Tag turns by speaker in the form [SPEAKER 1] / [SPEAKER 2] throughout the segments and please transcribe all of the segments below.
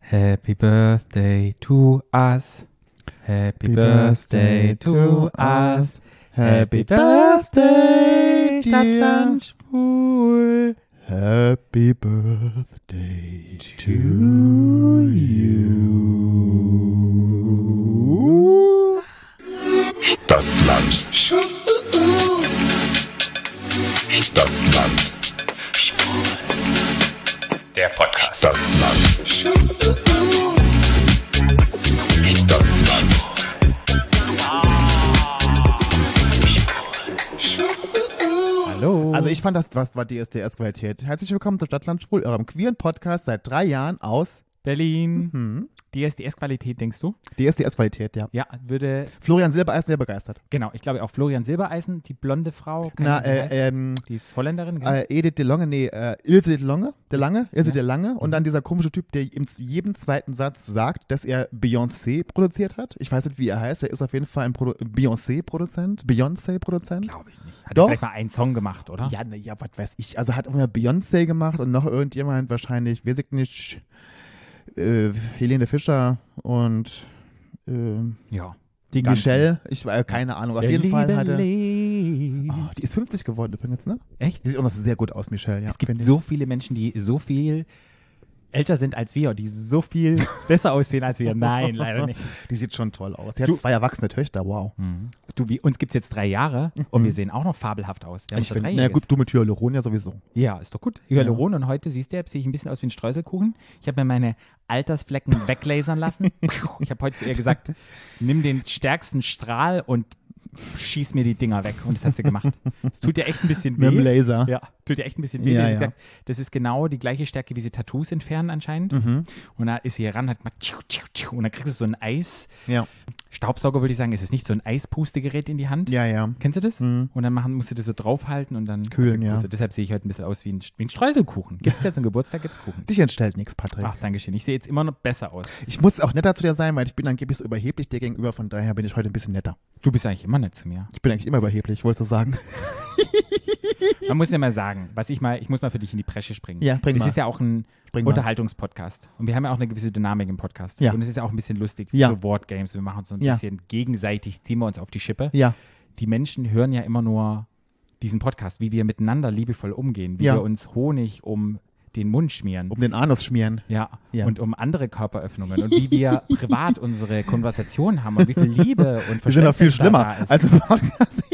[SPEAKER 1] Happy Birthday to us. Happy Birthday to us. Happy Birthday, Stadtland Schwul.
[SPEAKER 2] Happy Birthday to you. Stadtland. Stadtland.
[SPEAKER 3] Der Podcast.
[SPEAKER 2] Stadtland. Stadtland.
[SPEAKER 1] Hallo.
[SPEAKER 2] Also ich fand das, was war DSDS-Qualität. Herzlich willkommen zu Stadtland Schwul, eurem queeren Podcast seit drei Jahren aus
[SPEAKER 1] Berlin.
[SPEAKER 2] hm,
[SPEAKER 1] DSDS-Qualität, denkst du?
[SPEAKER 2] DSDS-Qualität, ja.
[SPEAKER 1] Mhm. Ja, würde,
[SPEAKER 2] Florian Silbereisen wäre begeistert.
[SPEAKER 1] genau, ich glaube auch Florian Silbereisen, die blonde Frau. keine
[SPEAKER 2] Na,
[SPEAKER 1] Ahnung, wie die heißt.
[SPEAKER 2] äh, ähm,
[SPEAKER 1] die ist Holländerin, gell?
[SPEAKER 2] äh, Edith de Lange, nee, äh, Ilse de Lange, de Lange, Ilse
[SPEAKER 1] Ja. Mhm.
[SPEAKER 2] de Lange und dann dieser komische Typ, der in jedem zweiten Satz sagt, dass er Beyoncé produziert hat. Ich weiß nicht, wie er heißt, er ist auf jeden Fall ein Produ Beyoncé-Produzent, Beyoncé-Produzent.
[SPEAKER 1] glaube ich nicht. Hat
[SPEAKER 2] Doch.
[SPEAKER 1] vielleicht mal einen Song gemacht, oder?
[SPEAKER 2] Ja, ne, ja, was weiß ich. Also hat auch mal Beyoncé gemacht und noch irgendjemand wahrscheinlich, weiß ich nicht, äh, Helene Fischer und ähm,
[SPEAKER 1] Ja. Die ganzen.
[SPEAKER 2] Michelle, ich äh, keine Ahnung. Auf
[SPEAKER 1] Der
[SPEAKER 2] jeden Fall
[SPEAKER 1] liebe
[SPEAKER 2] hatte.
[SPEAKER 1] Lee.
[SPEAKER 2] Oh, die ist 50 geworden übrigens, ne?
[SPEAKER 1] Echt?
[SPEAKER 2] Die sieht auch noch sehr gut aus, Michelle. Ja,
[SPEAKER 1] Es gibt
[SPEAKER 2] finde ich.
[SPEAKER 1] so viele Menschen, die so viel älter sind als wir und die so viel besser aussehen als wir. Nein, leider nicht.
[SPEAKER 2] Die sieht schon toll aus. Sie hat
[SPEAKER 1] Du- Hm.
[SPEAKER 2] zwei erwachsene Töchter, wow.
[SPEAKER 1] Du, wie, uns gibt es jetzt drei Jahre und wir sehen auch noch fabelhaft aus. Wir haben
[SPEAKER 2] Also Ich
[SPEAKER 1] unser
[SPEAKER 2] finde, na
[SPEAKER 1] Dreijähriges.
[SPEAKER 2] gut, du mit Hyaluron ja sowieso.
[SPEAKER 1] Ja, ist doch gut. Hyaluron und heute, siehst du, sehe ich ein bisschen aus wie ein Streuselkuchen. Ich habe mir meine Altersflecken weglasern lassen. Ich habe heute zu ihr gesagt, nimm den stärksten Strahl und schieß mir die Dinger weg. Und das hat sie gemacht. Es tut ihr echt ein bisschen weh.
[SPEAKER 2] Mit dem Laser.
[SPEAKER 1] Ja, tut ihr echt ein bisschen weh.
[SPEAKER 2] Ja,
[SPEAKER 1] Sie
[SPEAKER 2] ja.
[SPEAKER 1] sagt, das ist genau die gleiche Stärke, wie sie Tattoos entfernen anscheinend.
[SPEAKER 2] Mhm.
[SPEAKER 1] Und da ist sie heran, hat gemacht, tschiu, tschiu, tschiu. und dann kriegst du so ein Eis.
[SPEAKER 2] Ja,
[SPEAKER 1] Staubsauger würde ich sagen, es ist nicht so ein Eispustegerät in die Hand.
[SPEAKER 2] ja. ja.
[SPEAKER 1] Kennst du das? Und dann machen, musst du das so draufhalten und dann.
[SPEAKER 2] Kühlen,
[SPEAKER 1] hat sie
[SPEAKER 2] ja.
[SPEAKER 1] gepustet. Deshalb sehe ich heute ein bisschen aus wie ein, wie ein Streuselkuchen. Gibt es ja zum Geburtstag, gibt's Kuchen.
[SPEAKER 2] Dich entstellt nichts, Patrick.
[SPEAKER 1] Ach, danke schön. Ich sehe jetzt immer noch besser aus.
[SPEAKER 2] Ich muss auch netter zu dir sein, weil ich bin angeblich so überheblich dir gegenüber. Von daher bin ich heute ein bisschen netter.
[SPEAKER 1] Du bist eigentlich immer nett zu mir.
[SPEAKER 2] Ich bin eigentlich immer überheblich, wolltest du sagen?
[SPEAKER 1] Man muss ja mal sagen, was ich mal, ich muss mal für dich in die Bresche springen.
[SPEAKER 2] Ja, bring
[SPEAKER 1] Es
[SPEAKER 2] mal.
[SPEAKER 1] ist ja auch ein
[SPEAKER 2] Bring mal.
[SPEAKER 1] Unterhaltungspodcast. Und wir haben ja auch eine gewisse Dynamik im Podcast.
[SPEAKER 2] Ja.
[SPEAKER 1] Und es ist ja auch ein bisschen lustig,
[SPEAKER 2] Ja.
[SPEAKER 1] so Wortgames. Wir machen uns so ein
[SPEAKER 2] Ja.
[SPEAKER 1] bisschen gegenseitig, ziehen wir uns auf die Schippe.
[SPEAKER 2] Ja,
[SPEAKER 1] Die Menschen hören ja immer nur diesen Podcast, wie wir miteinander liebevoll umgehen, wie
[SPEAKER 2] Ja.
[SPEAKER 1] wir uns Honig um den Mund schmieren.
[SPEAKER 2] um den Anus schmieren.
[SPEAKER 1] Ja,
[SPEAKER 2] Ja.
[SPEAKER 1] und um andere Körperöffnungen und wie wir privat unsere Konversation haben und wie viel Liebe und Verständnis
[SPEAKER 2] Wir sind doch viel
[SPEAKER 1] da
[SPEAKER 2] schlimmer
[SPEAKER 1] da ist.
[SPEAKER 2] als im Podcast.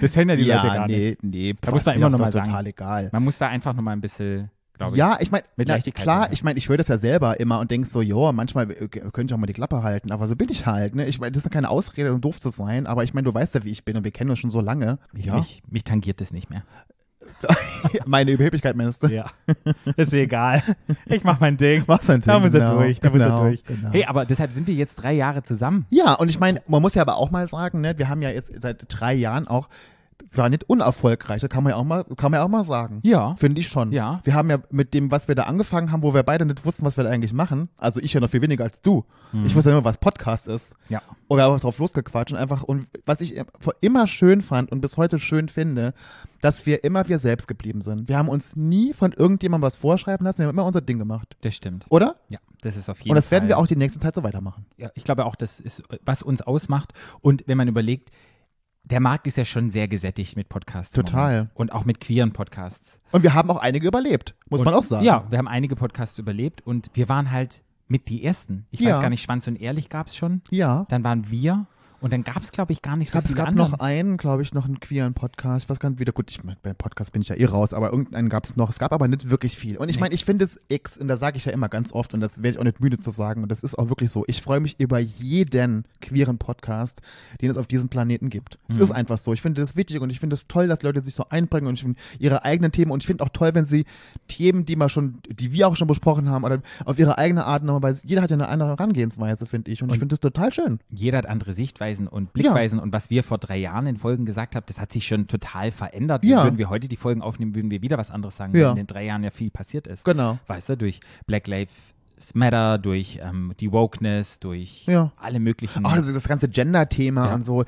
[SPEAKER 1] das hören ja die Leute
[SPEAKER 2] ja,
[SPEAKER 1] gar nicht.
[SPEAKER 2] nee, nee.
[SPEAKER 1] Da muss man
[SPEAKER 2] mir
[SPEAKER 1] immer
[SPEAKER 2] ist
[SPEAKER 1] noch
[SPEAKER 2] doch
[SPEAKER 1] mal
[SPEAKER 2] total
[SPEAKER 1] sagen.
[SPEAKER 2] egal.
[SPEAKER 1] Man muss da einfach nochmal ein bisschen, glaube ich.
[SPEAKER 2] Ja, ich meine,
[SPEAKER 1] Mit Leichtigkeit
[SPEAKER 2] klar,
[SPEAKER 1] umgehen.
[SPEAKER 2] ich meine, ich höre das ja selber immer und denk so, jo, manchmal äh, könnte ich auch mal die Klappe halten, aber so bin ich halt, ne? Ich meine, das ist keine Ausrede, um doof zu sein, aber ich meine, du weißt ja, wie ich bin und wir kennen uns schon so lange. Ja,
[SPEAKER 1] Mich, mich tangiert das nicht mehr.
[SPEAKER 2] meine Überheblichkeit meinst du?
[SPEAKER 1] Ja. ist mir egal. Ich mach mein Ding.
[SPEAKER 2] Mach's natürlich.
[SPEAKER 1] Da muss er
[SPEAKER 2] genau,
[SPEAKER 1] durch, da muss
[SPEAKER 2] genau,
[SPEAKER 1] er durch.
[SPEAKER 2] Genau.
[SPEAKER 1] Hey, aber deshalb sind wir jetzt drei Jahre zusammen.
[SPEAKER 2] Ja, und ich meine, man muss ja aber auch mal sagen, ne, wir haben ja jetzt seit drei Jahren auch, wir waren nicht unerfolgreich, das kann man ja auch mal, kann man ja auch mal sagen.
[SPEAKER 1] Ja.
[SPEAKER 2] Finde ich schon.
[SPEAKER 1] Ja.
[SPEAKER 2] Wir haben ja mit dem, was wir da angefangen haben, wo wir beide nicht wussten, was wir da eigentlich machen. Also ich ja noch viel weniger als du.
[SPEAKER 1] Hm.
[SPEAKER 2] Ich wusste ja nur, was Podcast ist.
[SPEAKER 1] Ja.
[SPEAKER 2] Und wir haben auch drauf losgequatscht und einfach, und was ich im- vor- immer schön fand und bis heute schön finde, dass wir immer wir selbst geblieben sind. Wir haben uns nie von irgendjemandem was vorschreiben lassen, wir haben immer unser Ding gemacht.
[SPEAKER 1] Das stimmt.
[SPEAKER 2] Oder?
[SPEAKER 1] Ja, das ist auf jeden Fall.
[SPEAKER 2] Und das werden wir auch die nächste Zeit so weitermachen.
[SPEAKER 1] ja, ich glaube auch, das ist, was uns ausmacht. Und wenn man überlegt, der Markt ist ja schon sehr gesättigt mit Podcasts. im
[SPEAKER 2] Total.
[SPEAKER 1] Moment. Und auch mit queeren Podcasts.
[SPEAKER 2] Und wir haben auch einige überlebt, muss
[SPEAKER 1] und,
[SPEAKER 2] man auch sagen.
[SPEAKER 1] Ja, wir haben einige Podcasts überlebt und wir waren halt mit die Ersten. Ich
[SPEAKER 2] Ja.
[SPEAKER 1] weiß gar nicht, Schwanz und Ehrlich gab es schon.
[SPEAKER 2] Ja.
[SPEAKER 1] Dann waren wir und dann gab es, glaube ich, gar nicht
[SPEAKER 2] Ich
[SPEAKER 1] so
[SPEAKER 2] glaub,
[SPEAKER 1] viele
[SPEAKER 2] es gab
[SPEAKER 1] andere.
[SPEAKER 2] noch einen, glaube ich, noch einen queeren Podcast. Ich weiß gar nicht, wieder gut, ich mein, beim Podcast bin ich ja eh raus, aber irgendeinen gab es noch. Es gab aber nicht wirklich viel. Und ich
[SPEAKER 1] Nee.
[SPEAKER 2] meine, ich finde es ex, und da sage ich ja immer ganz oft, und das werde ich auch nicht müde zu sagen, und das ist auch wirklich so. Ich freue mich über jeden queeren Podcast, den es auf diesem Planeten gibt. Es ist einfach so. Ich finde das wichtig und ich finde es toll, dass Leute sich so einbringen und ich finde ihre eigenen Themen und ich finde auch toll, wenn sie Themen, die man schon, die wir auch schon besprochen haben, oder auf ihre eigene Art nochmal, weil jeder hat ja eine andere Herangehensweise, finde ich. Und, ich finde das total schön.
[SPEAKER 1] Jeder hat andere Sichtweisen und Blickweisen und was wir vor drei Jahren in Folgen gesagt haben, das hat sich schon total verändert.
[SPEAKER 2] Ja.
[SPEAKER 1] Würden wir heute die Folgen aufnehmen, würden wir wieder was anderes sagen,
[SPEAKER 2] Ja.
[SPEAKER 1] weil in den drei Jahren ja viel passiert ist.
[SPEAKER 2] Genau.
[SPEAKER 1] Weißt du, durch Black Lives Matter, durch ähm, die Wokeness, durch
[SPEAKER 2] Ja. Ah,
[SPEAKER 1] alle möglichen.
[SPEAKER 2] Oh, das, das ganze Gender-Thema
[SPEAKER 1] Mhm. Ja.
[SPEAKER 2] und so.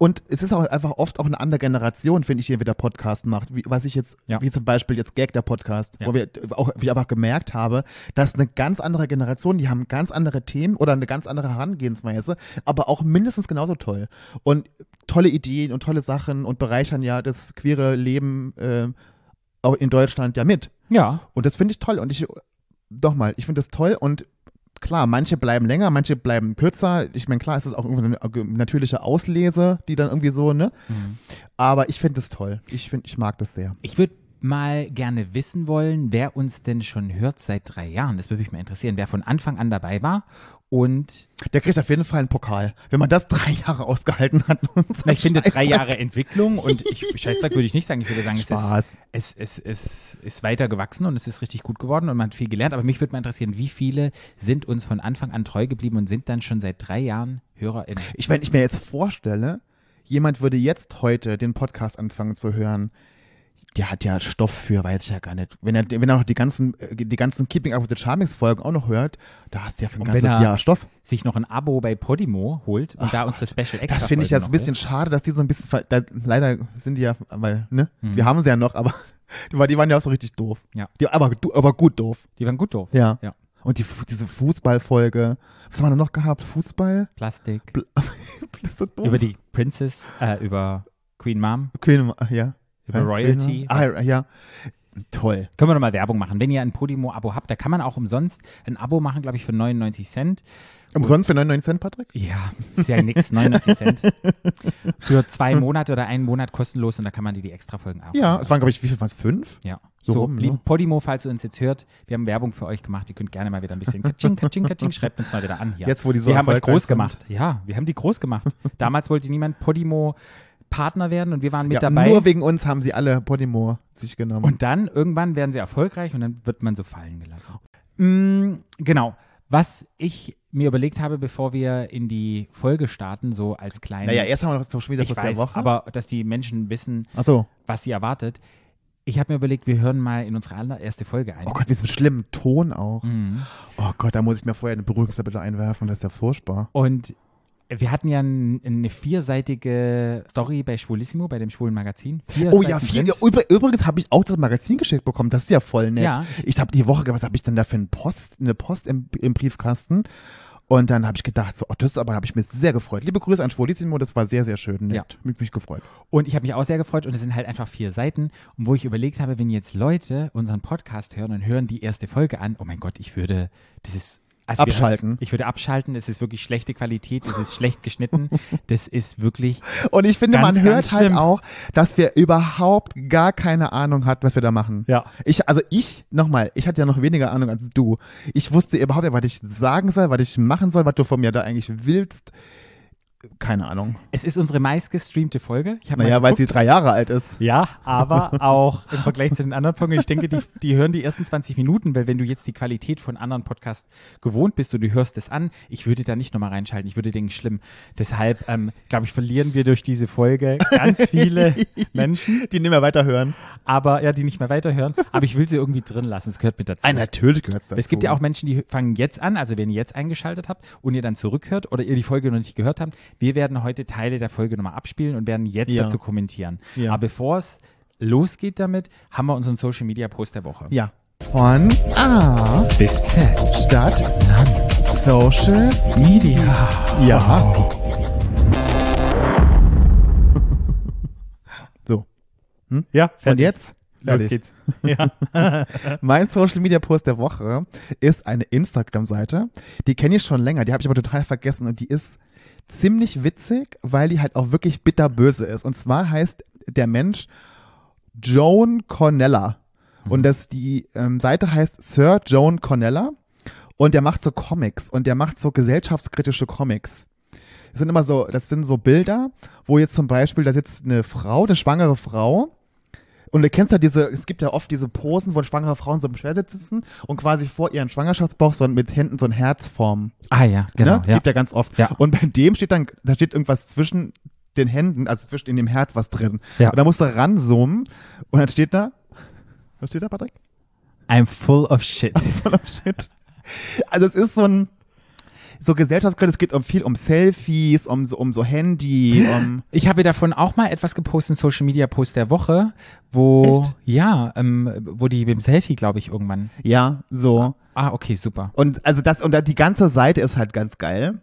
[SPEAKER 2] Und es ist auch einfach oft auch eine andere Generation, finde ich, die wieder Podcast macht. Wie, was ich jetzt,
[SPEAKER 1] Ja.
[SPEAKER 2] wie zum Beispiel jetzt Gag der Podcast,
[SPEAKER 1] Ja.
[SPEAKER 2] wo wir auch, wie ich einfach gemerkt habe, dass eine ganz andere Generation, die haben ganz andere Themen oder eine ganz andere Herangehensweise, aber auch mindestens genauso toll. Und tolle Ideen und tolle Sachen und bereichern ja das queere Leben äh, auch in Deutschland ja mit.
[SPEAKER 1] Ja,
[SPEAKER 2] Und das finde ich toll. Und ich, doch mal, ich finde das toll. Und klar, manche bleiben länger, manche bleiben kürzer. Ich meine, klar ist es auch irgendwie eine natürliche Auslese, die dann irgendwie so, ne?
[SPEAKER 1] Mhm.
[SPEAKER 2] Aber ich finde das toll. Ich finde, ich mag das sehr.
[SPEAKER 1] ich würde mal gerne wissen wollen, wer uns denn schon hört seit drei Jahren. Das würde mich mal interessieren, wer von Anfang an dabei war. Und
[SPEAKER 2] Der kriegt auf jeden Fall einen Pokal. Wenn man das drei Jahre ausgehalten hat.
[SPEAKER 1] Na, ich finde drei
[SPEAKER 2] Scheißdreck.
[SPEAKER 1] Jahre Entwicklung und ich, Scheißdreck würde ich nicht sagen. Ich würde sagen, es
[SPEAKER 2] Spaß.
[SPEAKER 1] ist, es, es, es ist weiter gewachsen und es ist richtig gut geworden und man hat viel gelernt. Aber mich würde mal interessieren, wie viele sind uns von Anfang an treu geblieben und sind dann schon seit drei Jahren HörerInnen?
[SPEAKER 2] Ich, wenn ich mir jetzt vorstelle, jemand würde jetzt heute den Podcast anfangen zu hören, der hat ja Stoff für, weiß ich ja gar nicht. Wenn er, wenn er noch die ganzen, äh, die ganzen Keeping Up with the Charmings Folgen auch noch hört, da hast du ja für ein
[SPEAKER 1] wenn
[SPEAKER 2] ganzes
[SPEAKER 1] er-
[SPEAKER 2] Jahr Stoff.
[SPEAKER 1] Sich noch ein Abo bei Podimo holt und da unsere Special Extra
[SPEAKER 2] Das finde
[SPEAKER 1] Folgen
[SPEAKER 2] ich jetzt ein
[SPEAKER 1] noch ne?
[SPEAKER 2] bisschen schade, dass die so ein bisschen, ver- da, leider sind die ja, weil, ne, wir haben sie ja noch, aber die, war- die waren ja auch so richtig doof.
[SPEAKER 1] Mhm. Ja.
[SPEAKER 2] Die, aber, du- aber gut doof.
[SPEAKER 1] hoch. Die waren gut doof.
[SPEAKER 2] Ja.
[SPEAKER 1] Ja.
[SPEAKER 2] Und die, Fu- diese Fußballfolge, was haben wir denn noch gehabt? Fußball?
[SPEAKER 1] Plastik.
[SPEAKER 2] Bl- Das ist so doof.
[SPEAKER 1] Über die Princess, äh, über Queen Mom,
[SPEAKER 2] Queen, ja.
[SPEAKER 1] über
[SPEAKER 2] Ja,
[SPEAKER 1] Royalty.
[SPEAKER 2] Queen, ah, ja. Toll.
[SPEAKER 1] Können wir nochmal Werbung machen. Wenn ihr ein Podimo-Abo habt, da kann man auch umsonst ein Abo machen, glaube ich, für 99 Cent.
[SPEAKER 2] Umsonst für 99 Cent, Patrick?
[SPEAKER 1] Ja, ist ja nix, 99 Cent. Für zwei Monate oder einen Monat kostenlos und da kann man dir die Extra-Folgen auch.
[SPEAKER 2] Ja, es waren, glaube ich, wie viel waren es? Fünf?
[SPEAKER 1] Ja. So,
[SPEAKER 2] So rum, ne?
[SPEAKER 1] lieben Podimo, falls ihr uns jetzt hört, wir haben Werbung für euch gemacht. Ihr könnt gerne mal wieder ein bisschen katsching, katsching, katsching, schreibt uns mal wieder an hier.
[SPEAKER 2] Jetzt, wo die so
[SPEAKER 1] Wir haben euch
[SPEAKER 2] erfolgreich
[SPEAKER 1] groß
[SPEAKER 2] sind.
[SPEAKER 1] gemacht. Ja, wir haben die groß gemacht. Damals wollte niemand Podimo Partner werden und wir waren mit
[SPEAKER 2] ja,
[SPEAKER 1] dabei.
[SPEAKER 2] Nur wegen uns haben sie alle Podimo sich genommen.
[SPEAKER 1] Und dann irgendwann werden sie erfolgreich und dann wird man so fallen gelassen. Mm, genau. Was ich mir überlegt habe, bevor wir in die Folge starten, so als kleines.
[SPEAKER 2] naja, erst haben wir noch Social Media
[SPEAKER 1] ich
[SPEAKER 2] Plus
[SPEAKER 1] weiß,
[SPEAKER 2] der Woche.
[SPEAKER 1] aber dass die Menschen wissen,
[SPEAKER 2] Ach so.
[SPEAKER 1] was sie erwartet. Ich habe mir überlegt, wir hören mal in unsere allererste Folge ein.
[SPEAKER 2] Oh Gott, mit diesem schlimmen Ton auch.
[SPEAKER 1] Mhm.
[SPEAKER 2] Oh Gott, da muss ich mir vorher eine Beruhigungstabelle einwerfen, das ist ja furchtbar.
[SPEAKER 1] Und wir hatten ja n- eine vierseitige Story bei Schwulissimo, bei dem schwulen Magazin. Vier
[SPEAKER 2] Oh ja,
[SPEAKER 1] Seiten
[SPEAKER 2] viel,
[SPEAKER 1] Print.
[SPEAKER 2] übr übrigens habe ich auch das Magazin geschickt bekommen, das ist ja voll nett.
[SPEAKER 1] Ja.
[SPEAKER 2] Ich habe die Woche gedacht, was habe ich denn da für einen Post, eine Post im, im Briefkasten? Und dann habe ich gedacht, so, oh, das ist aber habe ich mich sehr gefreut. Liebe Grüße an Schwulissimo, das war sehr, sehr schön. Nett.
[SPEAKER 1] Ja.
[SPEAKER 2] Mich, mich gefreut.
[SPEAKER 1] Und ich habe mich auch sehr gefreut und es sind halt einfach vier Seiten. Und wo ich überlegt habe, wenn jetzt Leute unseren Podcast hören und hören die erste Folge an, oh mein Gott, ich würde, das ist. also wir-
[SPEAKER 2] Abschalten.
[SPEAKER 1] Ich würde abschalten, es ist wirklich schlechte Qualität, es ist schlecht geschnitten, das ist wirklich,
[SPEAKER 2] Und ich finde,
[SPEAKER 1] Ganz,
[SPEAKER 2] man
[SPEAKER 1] ganz
[SPEAKER 2] hört halt
[SPEAKER 1] schlimm.
[SPEAKER 2] auch, dass wir überhaupt gar keine Ahnung hat, was wir da machen.
[SPEAKER 1] Ja.
[SPEAKER 2] Ich, also ich, nochmal, ich hatte ja noch weniger Ahnung als du. Ich wusste überhaupt nicht, was ich sagen soll, was ich machen soll, was du von mir da eigentlich willst. Keine Ahnung.
[SPEAKER 1] es ist unsere meistgestreamte Folge. Ich habe mal
[SPEAKER 2] Naja, weil
[SPEAKER 1] geguckt.
[SPEAKER 2] sie drei Jahre alt ist.
[SPEAKER 1] Ja, aber auch im Vergleich zu den anderen Folgen, ich denke, die, die hören die ersten 20 Minuten, weil wenn du jetzt die Qualität von anderen Podcasts gewohnt bist und du hörst es an, ich würde da nicht nochmal reinschalten, ich würde denken, schlimm. Deshalb, ähm, glaube ich, verlieren wir durch diese Folge ganz viele Menschen,
[SPEAKER 2] Die nicht mehr weiterhören.
[SPEAKER 1] aber ja, die nicht mehr weiterhören, aber ich will sie irgendwie drin lassen, es gehört mit dazu.
[SPEAKER 2] Ah, natürlich gehört dazu.
[SPEAKER 1] Es gibt ja auch Menschen, die fangen jetzt an, also wenn ihr jetzt eingeschaltet habt und ihr dann zurückhört oder ihr die Folge noch nicht gehört habt, wir werden heute Teile der Folge nochmal abspielen und werden jetzt
[SPEAKER 2] Ja.
[SPEAKER 1] dazu kommentieren.
[SPEAKER 2] Ja.
[SPEAKER 1] Aber bevor es losgeht damit, haben wir unseren Social Media Post der Woche.
[SPEAKER 2] Ja. Von A
[SPEAKER 1] Bis Z.
[SPEAKER 2] Stadt Social
[SPEAKER 1] Media.
[SPEAKER 2] Ja. So.
[SPEAKER 1] Ja,
[SPEAKER 2] Und
[SPEAKER 1] fertig.
[SPEAKER 2] jetzt?
[SPEAKER 1] Los
[SPEAKER 2] Fertig.
[SPEAKER 1] geht's. Ja.
[SPEAKER 2] Mein Social Media Post der Woche ist eine Instagram-Seite. Die kenne ich schon länger, die habe ich aber total vergessen und die ist ziemlich witzig, weil die halt auch wirklich bitterböse ist. Und zwar heißt der Mensch Joan Cornella. Und das, die ähm, Seite heißt Sir Joan Cornella. Und der macht so Comics und der macht so gesellschaftskritische Comics. Das sind immer so, das sind so Bilder, wo jetzt zum Beispiel, da sitzt eine Frau, eine schwangere Frau, und du kennst ja diese, es gibt ja oft diese Posen, wo schwangere Frauen so im Schwersitz sitzen und quasi vor ihren Schwangerschaftsbauch so ein- mit Händen so ein Herz formen.
[SPEAKER 1] Ah ja, genau.
[SPEAKER 2] ne?
[SPEAKER 1] Ja.
[SPEAKER 2] Gibt ja ganz oft.
[SPEAKER 1] Ja.
[SPEAKER 2] Und bei dem steht dann, da steht irgendwas zwischen den Händen, also zwischen in dem Herz was drin.
[SPEAKER 1] Ja.
[SPEAKER 2] Und da musst du ranzoomen und dann steht da, was steht da, Patrick?
[SPEAKER 1] I'm full of shit.
[SPEAKER 2] Shit. Also es ist so ein, so Gesellschaftskritik, es geht um viel um Selfies, um so, um so Handy, um.
[SPEAKER 1] Ich habe davon auch mal etwas gepostet, einen Social Media Post der Woche, wo
[SPEAKER 2] Echt?
[SPEAKER 1] ja, ähm, wo die mit dem Selfie, glaube ich, irgendwann.
[SPEAKER 2] Ja, so.
[SPEAKER 1] Ah, okay, super.
[SPEAKER 2] Und also das, und da die ganze Seite ist halt ganz geil.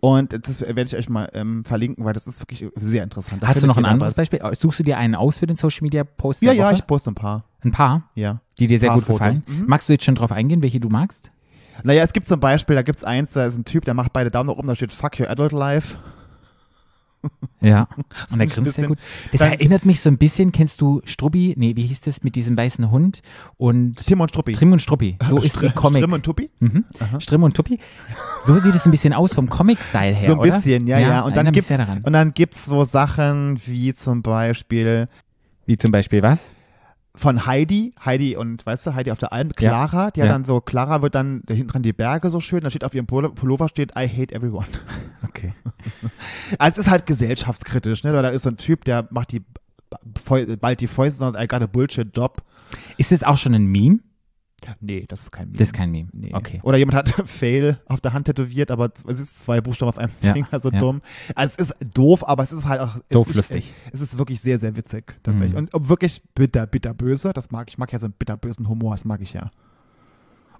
[SPEAKER 2] Und das werde ich euch mal ähm, verlinken, weil das ist wirklich sehr interessant. Da
[SPEAKER 1] Hast du noch
[SPEAKER 2] findet
[SPEAKER 1] ein
[SPEAKER 2] jeder
[SPEAKER 1] anderes
[SPEAKER 2] was.
[SPEAKER 1] Beispiel? Suchst du dir einen aus für den Social Media Post
[SPEAKER 2] Ja,
[SPEAKER 1] der
[SPEAKER 2] ja,
[SPEAKER 1] Woche?
[SPEAKER 2] ich poste ein paar.
[SPEAKER 1] Ein paar,
[SPEAKER 2] Ja.
[SPEAKER 1] die dir sehr
[SPEAKER 2] Paar
[SPEAKER 1] gut
[SPEAKER 2] Fotos. Mhm.
[SPEAKER 1] gefallen. Magst du jetzt schon drauf eingehen, welche du magst?
[SPEAKER 2] Naja, es gibt zum Beispiel, da gibt's eins, da ist ein Typ, der macht beide Daumen nach oben, da steht Fuck your adult life.
[SPEAKER 1] Ja. Und der
[SPEAKER 2] ist
[SPEAKER 1] grinst sehr
[SPEAKER 2] ein bisschen-
[SPEAKER 1] gut. Das
[SPEAKER 2] dann-
[SPEAKER 1] erinnert mich so ein bisschen, kennst du Strubbi? Nee, wie hieß das mit diesem weißen Hund? Und
[SPEAKER 2] Tim und Struppi.
[SPEAKER 1] Trim und Struppi. So ist die Comic.
[SPEAKER 2] Trim Ah, und Tuppi?
[SPEAKER 1] Mhm. Strimme und Tuppi. So sieht es ein bisschen aus vom Comic-Style her,
[SPEAKER 2] So ein
[SPEAKER 1] oder?
[SPEAKER 2] bisschen, ja, ja. Und,
[SPEAKER 1] erinnert
[SPEAKER 2] dann
[SPEAKER 1] mich
[SPEAKER 2] gibt's,
[SPEAKER 1] sehr daran.
[SPEAKER 2] und dann gibt's so Sachen wie zum Beispiel
[SPEAKER 1] Wie zum Beispiel was?
[SPEAKER 2] von Heidi, Heidi und, weißt du, Heidi auf der Alm,
[SPEAKER 1] Ja.
[SPEAKER 2] Clara, die hat
[SPEAKER 1] Ja.
[SPEAKER 2] dann so, Clara wird dann, da hinten dran die Berge so schön, da steht auf ihrem Pullo- Pullover steht, I hate everyone.
[SPEAKER 1] Okay.
[SPEAKER 2] Also es ist halt gesellschaftskritisch, ne? Da ist so ein Typ, der macht die, Feu- bald die Fäuste, sondern I got a bullshit job.
[SPEAKER 1] Ist das auch schon ein Meme?
[SPEAKER 2] Nee, das ist kein Meme.
[SPEAKER 1] Das ist kein Meme.
[SPEAKER 2] Nee.
[SPEAKER 1] Okay.
[SPEAKER 2] Oder jemand hat Fail auf der Hand tätowiert, aber es ist zwei Buchstaben auf einem
[SPEAKER 1] Ja,
[SPEAKER 2] Finger, so
[SPEAKER 1] ja.
[SPEAKER 2] dumm. Also es ist doof, aber es ist halt auch. es-
[SPEAKER 1] Doof
[SPEAKER 2] ich-
[SPEAKER 1] lustig.
[SPEAKER 2] Es ist wirklich sehr, sehr witzig, tatsächlich.
[SPEAKER 1] Mhm.
[SPEAKER 2] Und ob wirklich bitter, bitterböse, das mag ich. Ich mag ja so einen bitterbösen Humor, das mag ich ja.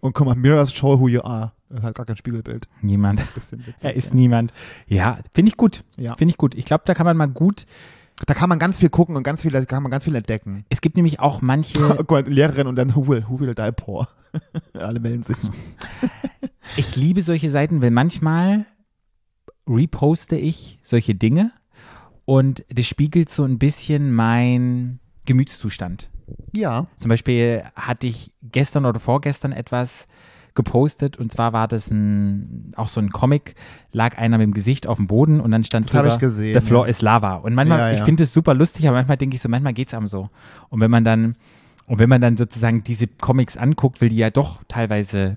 [SPEAKER 2] Und guck mal, Mirrors Show Who You Are. Das hat gar kein Spiegelbild.
[SPEAKER 1] Niemand.
[SPEAKER 2] Das ist ein bisschen witzig,
[SPEAKER 1] Er ist
[SPEAKER 2] ja.
[SPEAKER 1] niemand. Ja, finde ich gut.
[SPEAKER 2] Ja.
[SPEAKER 1] Finde ich gut. Ich glaube, da kann man mal gut.
[SPEAKER 2] Da kann man ganz viel gucken und ganz viel, da kann man ganz viel entdecken.
[SPEAKER 1] Es gibt nämlich auch manche.
[SPEAKER 2] Guck mal, Lehrerin und dann Who will, who will die poor? Alle melden sich.
[SPEAKER 1] ich liebe solche Seiten, weil manchmal reposte ich solche Dinge und das spiegelt so ein bisschen mein Gemütszustand.
[SPEAKER 2] Ja.
[SPEAKER 1] Zum Beispiel hatte ich gestern oder vorgestern etwas gepostet und zwar war das ein, auch so ein Comic, lag einer mit dem Gesicht auf dem Boden und dann stand
[SPEAKER 2] Das habe
[SPEAKER 1] drüber,
[SPEAKER 2] ich gesehen,
[SPEAKER 1] The Floor
[SPEAKER 2] ja.
[SPEAKER 1] is Lava. Und manchmal,
[SPEAKER 2] Ja,
[SPEAKER 1] ich
[SPEAKER 2] ja.
[SPEAKER 1] finde es super lustig, aber manchmal denke ich so, manchmal geht es einem so. Und wenn man dann, und wenn man dann sozusagen diese Comics anguckt, will die ja doch teilweise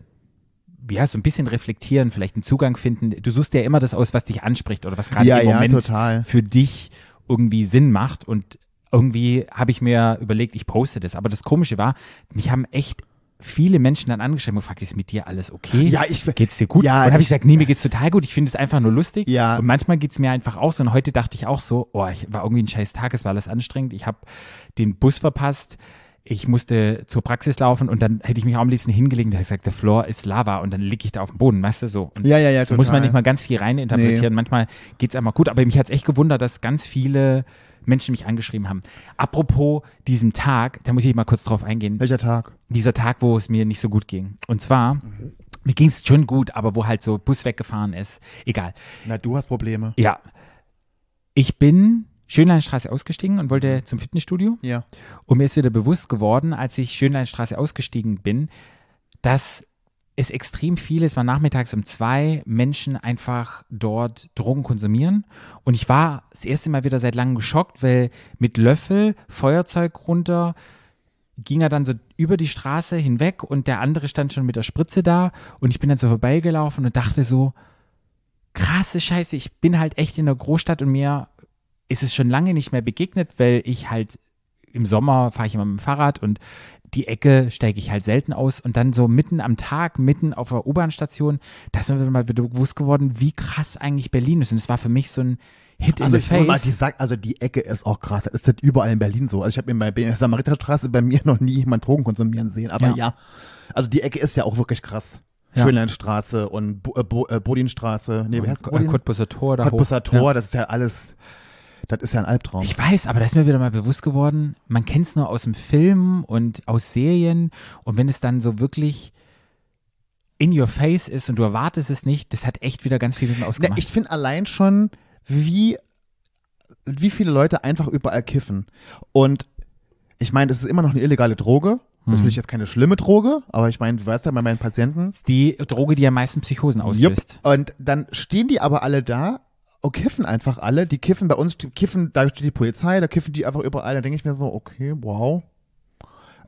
[SPEAKER 1] ja, so ein bisschen reflektieren, vielleicht einen Zugang finden. Du suchst ja immer das aus, was dich anspricht oder was gerade
[SPEAKER 2] Ja,
[SPEAKER 1] im
[SPEAKER 2] ja,
[SPEAKER 1] Moment
[SPEAKER 2] total.
[SPEAKER 1] für dich irgendwie Sinn macht. Und irgendwie habe ich mir überlegt, ich poste das. Aber das Komische war, mich haben echt viele Menschen dann angeschrieben und gefragt, ist mit dir alles okay?
[SPEAKER 2] Ja, ich-
[SPEAKER 1] Geht's dir gut?
[SPEAKER 2] Ja,
[SPEAKER 1] und habe ich
[SPEAKER 2] ich-
[SPEAKER 1] gesagt, nee, mir geht's total gut. Ich finde es einfach nur lustig.
[SPEAKER 2] Ja.
[SPEAKER 1] Und manchmal geht's mir einfach auch so. Und heute dachte ich auch so, oh, ich war irgendwie ein scheiß Tag, es war alles anstrengend. Ich habe den Bus verpasst. Ich musste zur Praxis laufen und dann hätte ich mich auch am liebsten hingelegt und hätte gesagt, der Floor ist Lava und dann liege ich da auf dem Boden, weißt du so. Und
[SPEAKER 2] Ja, ja, ja,
[SPEAKER 1] da Muss man
[SPEAKER 2] total.
[SPEAKER 1] nicht mal ganz viel reininterpretieren. Manchmal geht es einmal gut, aber mich hat es echt gewundert, dass ganz viele Menschen mich angeschrieben haben. Apropos diesem Tag, da muss ich mal kurz drauf eingehen.
[SPEAKER 2] Welcher Tag?
[SPEAKER 1] Dieser Tag, wo es mir nicht so gut ging. Und zwar, mir ging es schon gut, aber wo halt so Bus weggefahren ist. Egal.
[SPEAKER 2] Na, du hast Probleme.
[SPEAKER 1] Ja. Ich bin Schönleinstraße ausgestiegen und wollte zum Fitnessstudio.
[SPEAKER 2] Ja.
[SPEAKER 1] Und mir ist wieder bewusst geworden, als ich Schönleinstraße ausgestiegen bin, dass es extrem viele, es war nachmittags um zwei, Menschen einfach dort Drogen konsumieren. Und ich war das erste Mal wieder seit langem geschockt, weil mit Löffel, Feuerzeug runter, ging er dann so über die Straße hinweg und der andere stand schon mit der Spritze da. Und ich bin dann so vorbeigelaufen und dachte so, krasse Scheiße, ich bin halt echt in der Großstadt und mir ist es schon lange nicht mehr begegnet, weil ich halt im Sommer fahre ich immer mit dem Fahrrad und die Ecke steige ich halt selten aus und dann so mitten am Tag, mitten auf der U-Bahn-Station, da ist mir wieder mal wieder bewusst geworden, wie krass eigentlich Berlin ist. Und es war für mich so ein Hit
[SPEAKER 2] Also
[SPEAKER 1] in
[SPEAKER 2] ich
[SPEAKER 1] the
[SPEAKER 2] sag mal,
[SPEAKER 1] Face.
[SPEAKER 2] die Sack, also die Ecke ist auch krass. Das ist das überall in Berlin so. Also ich habe in der Samariterstraße bei mir noch nie jemand Drogen konsumieren sehen. Aber
[SPEAKER 1] Ja.
[SPEAKER 2] ja. Also die Ecke ist ja auch wirklich krass.
[SPEAKER 1] Ja.
[SPEAKER 2] Schönleinstraße und Bo äh, Bo äh, Bodinstraße. Nee, wie heißt
[SPEAKER 1] Äh,
[SPEAKER 2] Bodin?
[SPEAKER 1] Cottbusser Tor da
[SPEAKER 2] Cottbusser
[SPEAKER 1] hoch. Ja.
[SPEAKER 2] Tor, das ist ja alles, das ist ja ein Albtraum.
[SPEAKER 1] Ich weiß, aber das ist mir wieder mal bewusst geworden, man kennt es nur aus dem Film und aus Serien und wenn es dann so wirklich in your face ist und du erwartest es nicht, das hat echt wieder ganz viel mit mir
[SPEAKER 2] Ne,
[SPEAKER 1] ausgemacht.
[SPEAKER 2] ich finde allein schon, wie, wie viele Leute einfach überall kiffen. Und ich meine, das ist immer noch eine illegale Droge. Natürlich jetzt keine schlimme Droge, aber ich meine, du weißt ja bei meinen Patienten.
[SPEAKER 1] die Droge, die am meisten Psychosen auslöst.
[SPEAKER 2] Und dann stehen die aber alle da und kiffen einfach alle. Die kiffen bei uns, die kiffen, da steht die Polizei, da kiffen die einfach überall. Da denke ich mir so, okay, wow.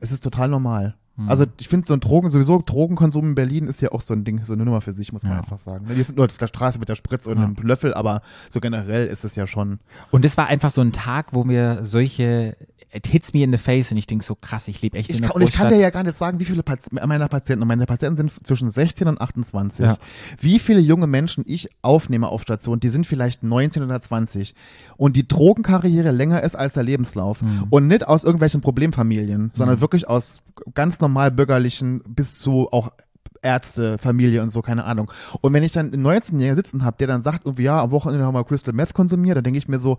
[SPEAKER 2] Es ist total normal.
[SPEAKER 1] Hm.
[SPEAKER 2] Also ich finde so ein Drogen, sowieso Drogenkonsum in Berlin ist ja auch so ein Ding, so eine Nummer für sich, muss man
[SPEAKER 1] Ja.
[SPEAKER 2] einfach sagen. Ne, Die sind nur auf der Straße mit der Spritze und
[SPEAKER 1] Ja.
[SPEAKER 2] einem Löffel, aber so generell ist es ja schon.
[SPEAKER 1] Und das war einfach so ein Tag, wo mir solche it hits me in the face und ich denke so, krass, ich lebe echt
[SPEAKER 2] Ich
[SPEAKER 1] in der
[SPEAKER 2] kann, und ich kann
[SPEAKER 1] Großstadt.
[SPEAKER 2] dir ja gar nicht sagen, wie viele Pat meiner Patienten, und meine Patienten sind zwischen 16 und 28,
[SPEAKER 1] Ja.
[SPEAKER 2] wie viele junge Menschen ich aufnehme auf Station, die sind vielleicht 19 oder 20 und die Drogenkarriere länger ist als der Lebenslauf
[SPEAKER 1] Mhm.
[SPEAKER 2] und nicht aus irgendwelchen Problemfamilien, sondern wirklich aus ganz normal bürgerlichen bis zu auch Ärzte, Familie und so, keine Ahnung. Und wenn ich dann einen 19-Jährigen sitzen habe, der dann sagt, irgendwie, ja, am Wochenende haben wir Crystal Meth konsumiert, dann denke ich mir so,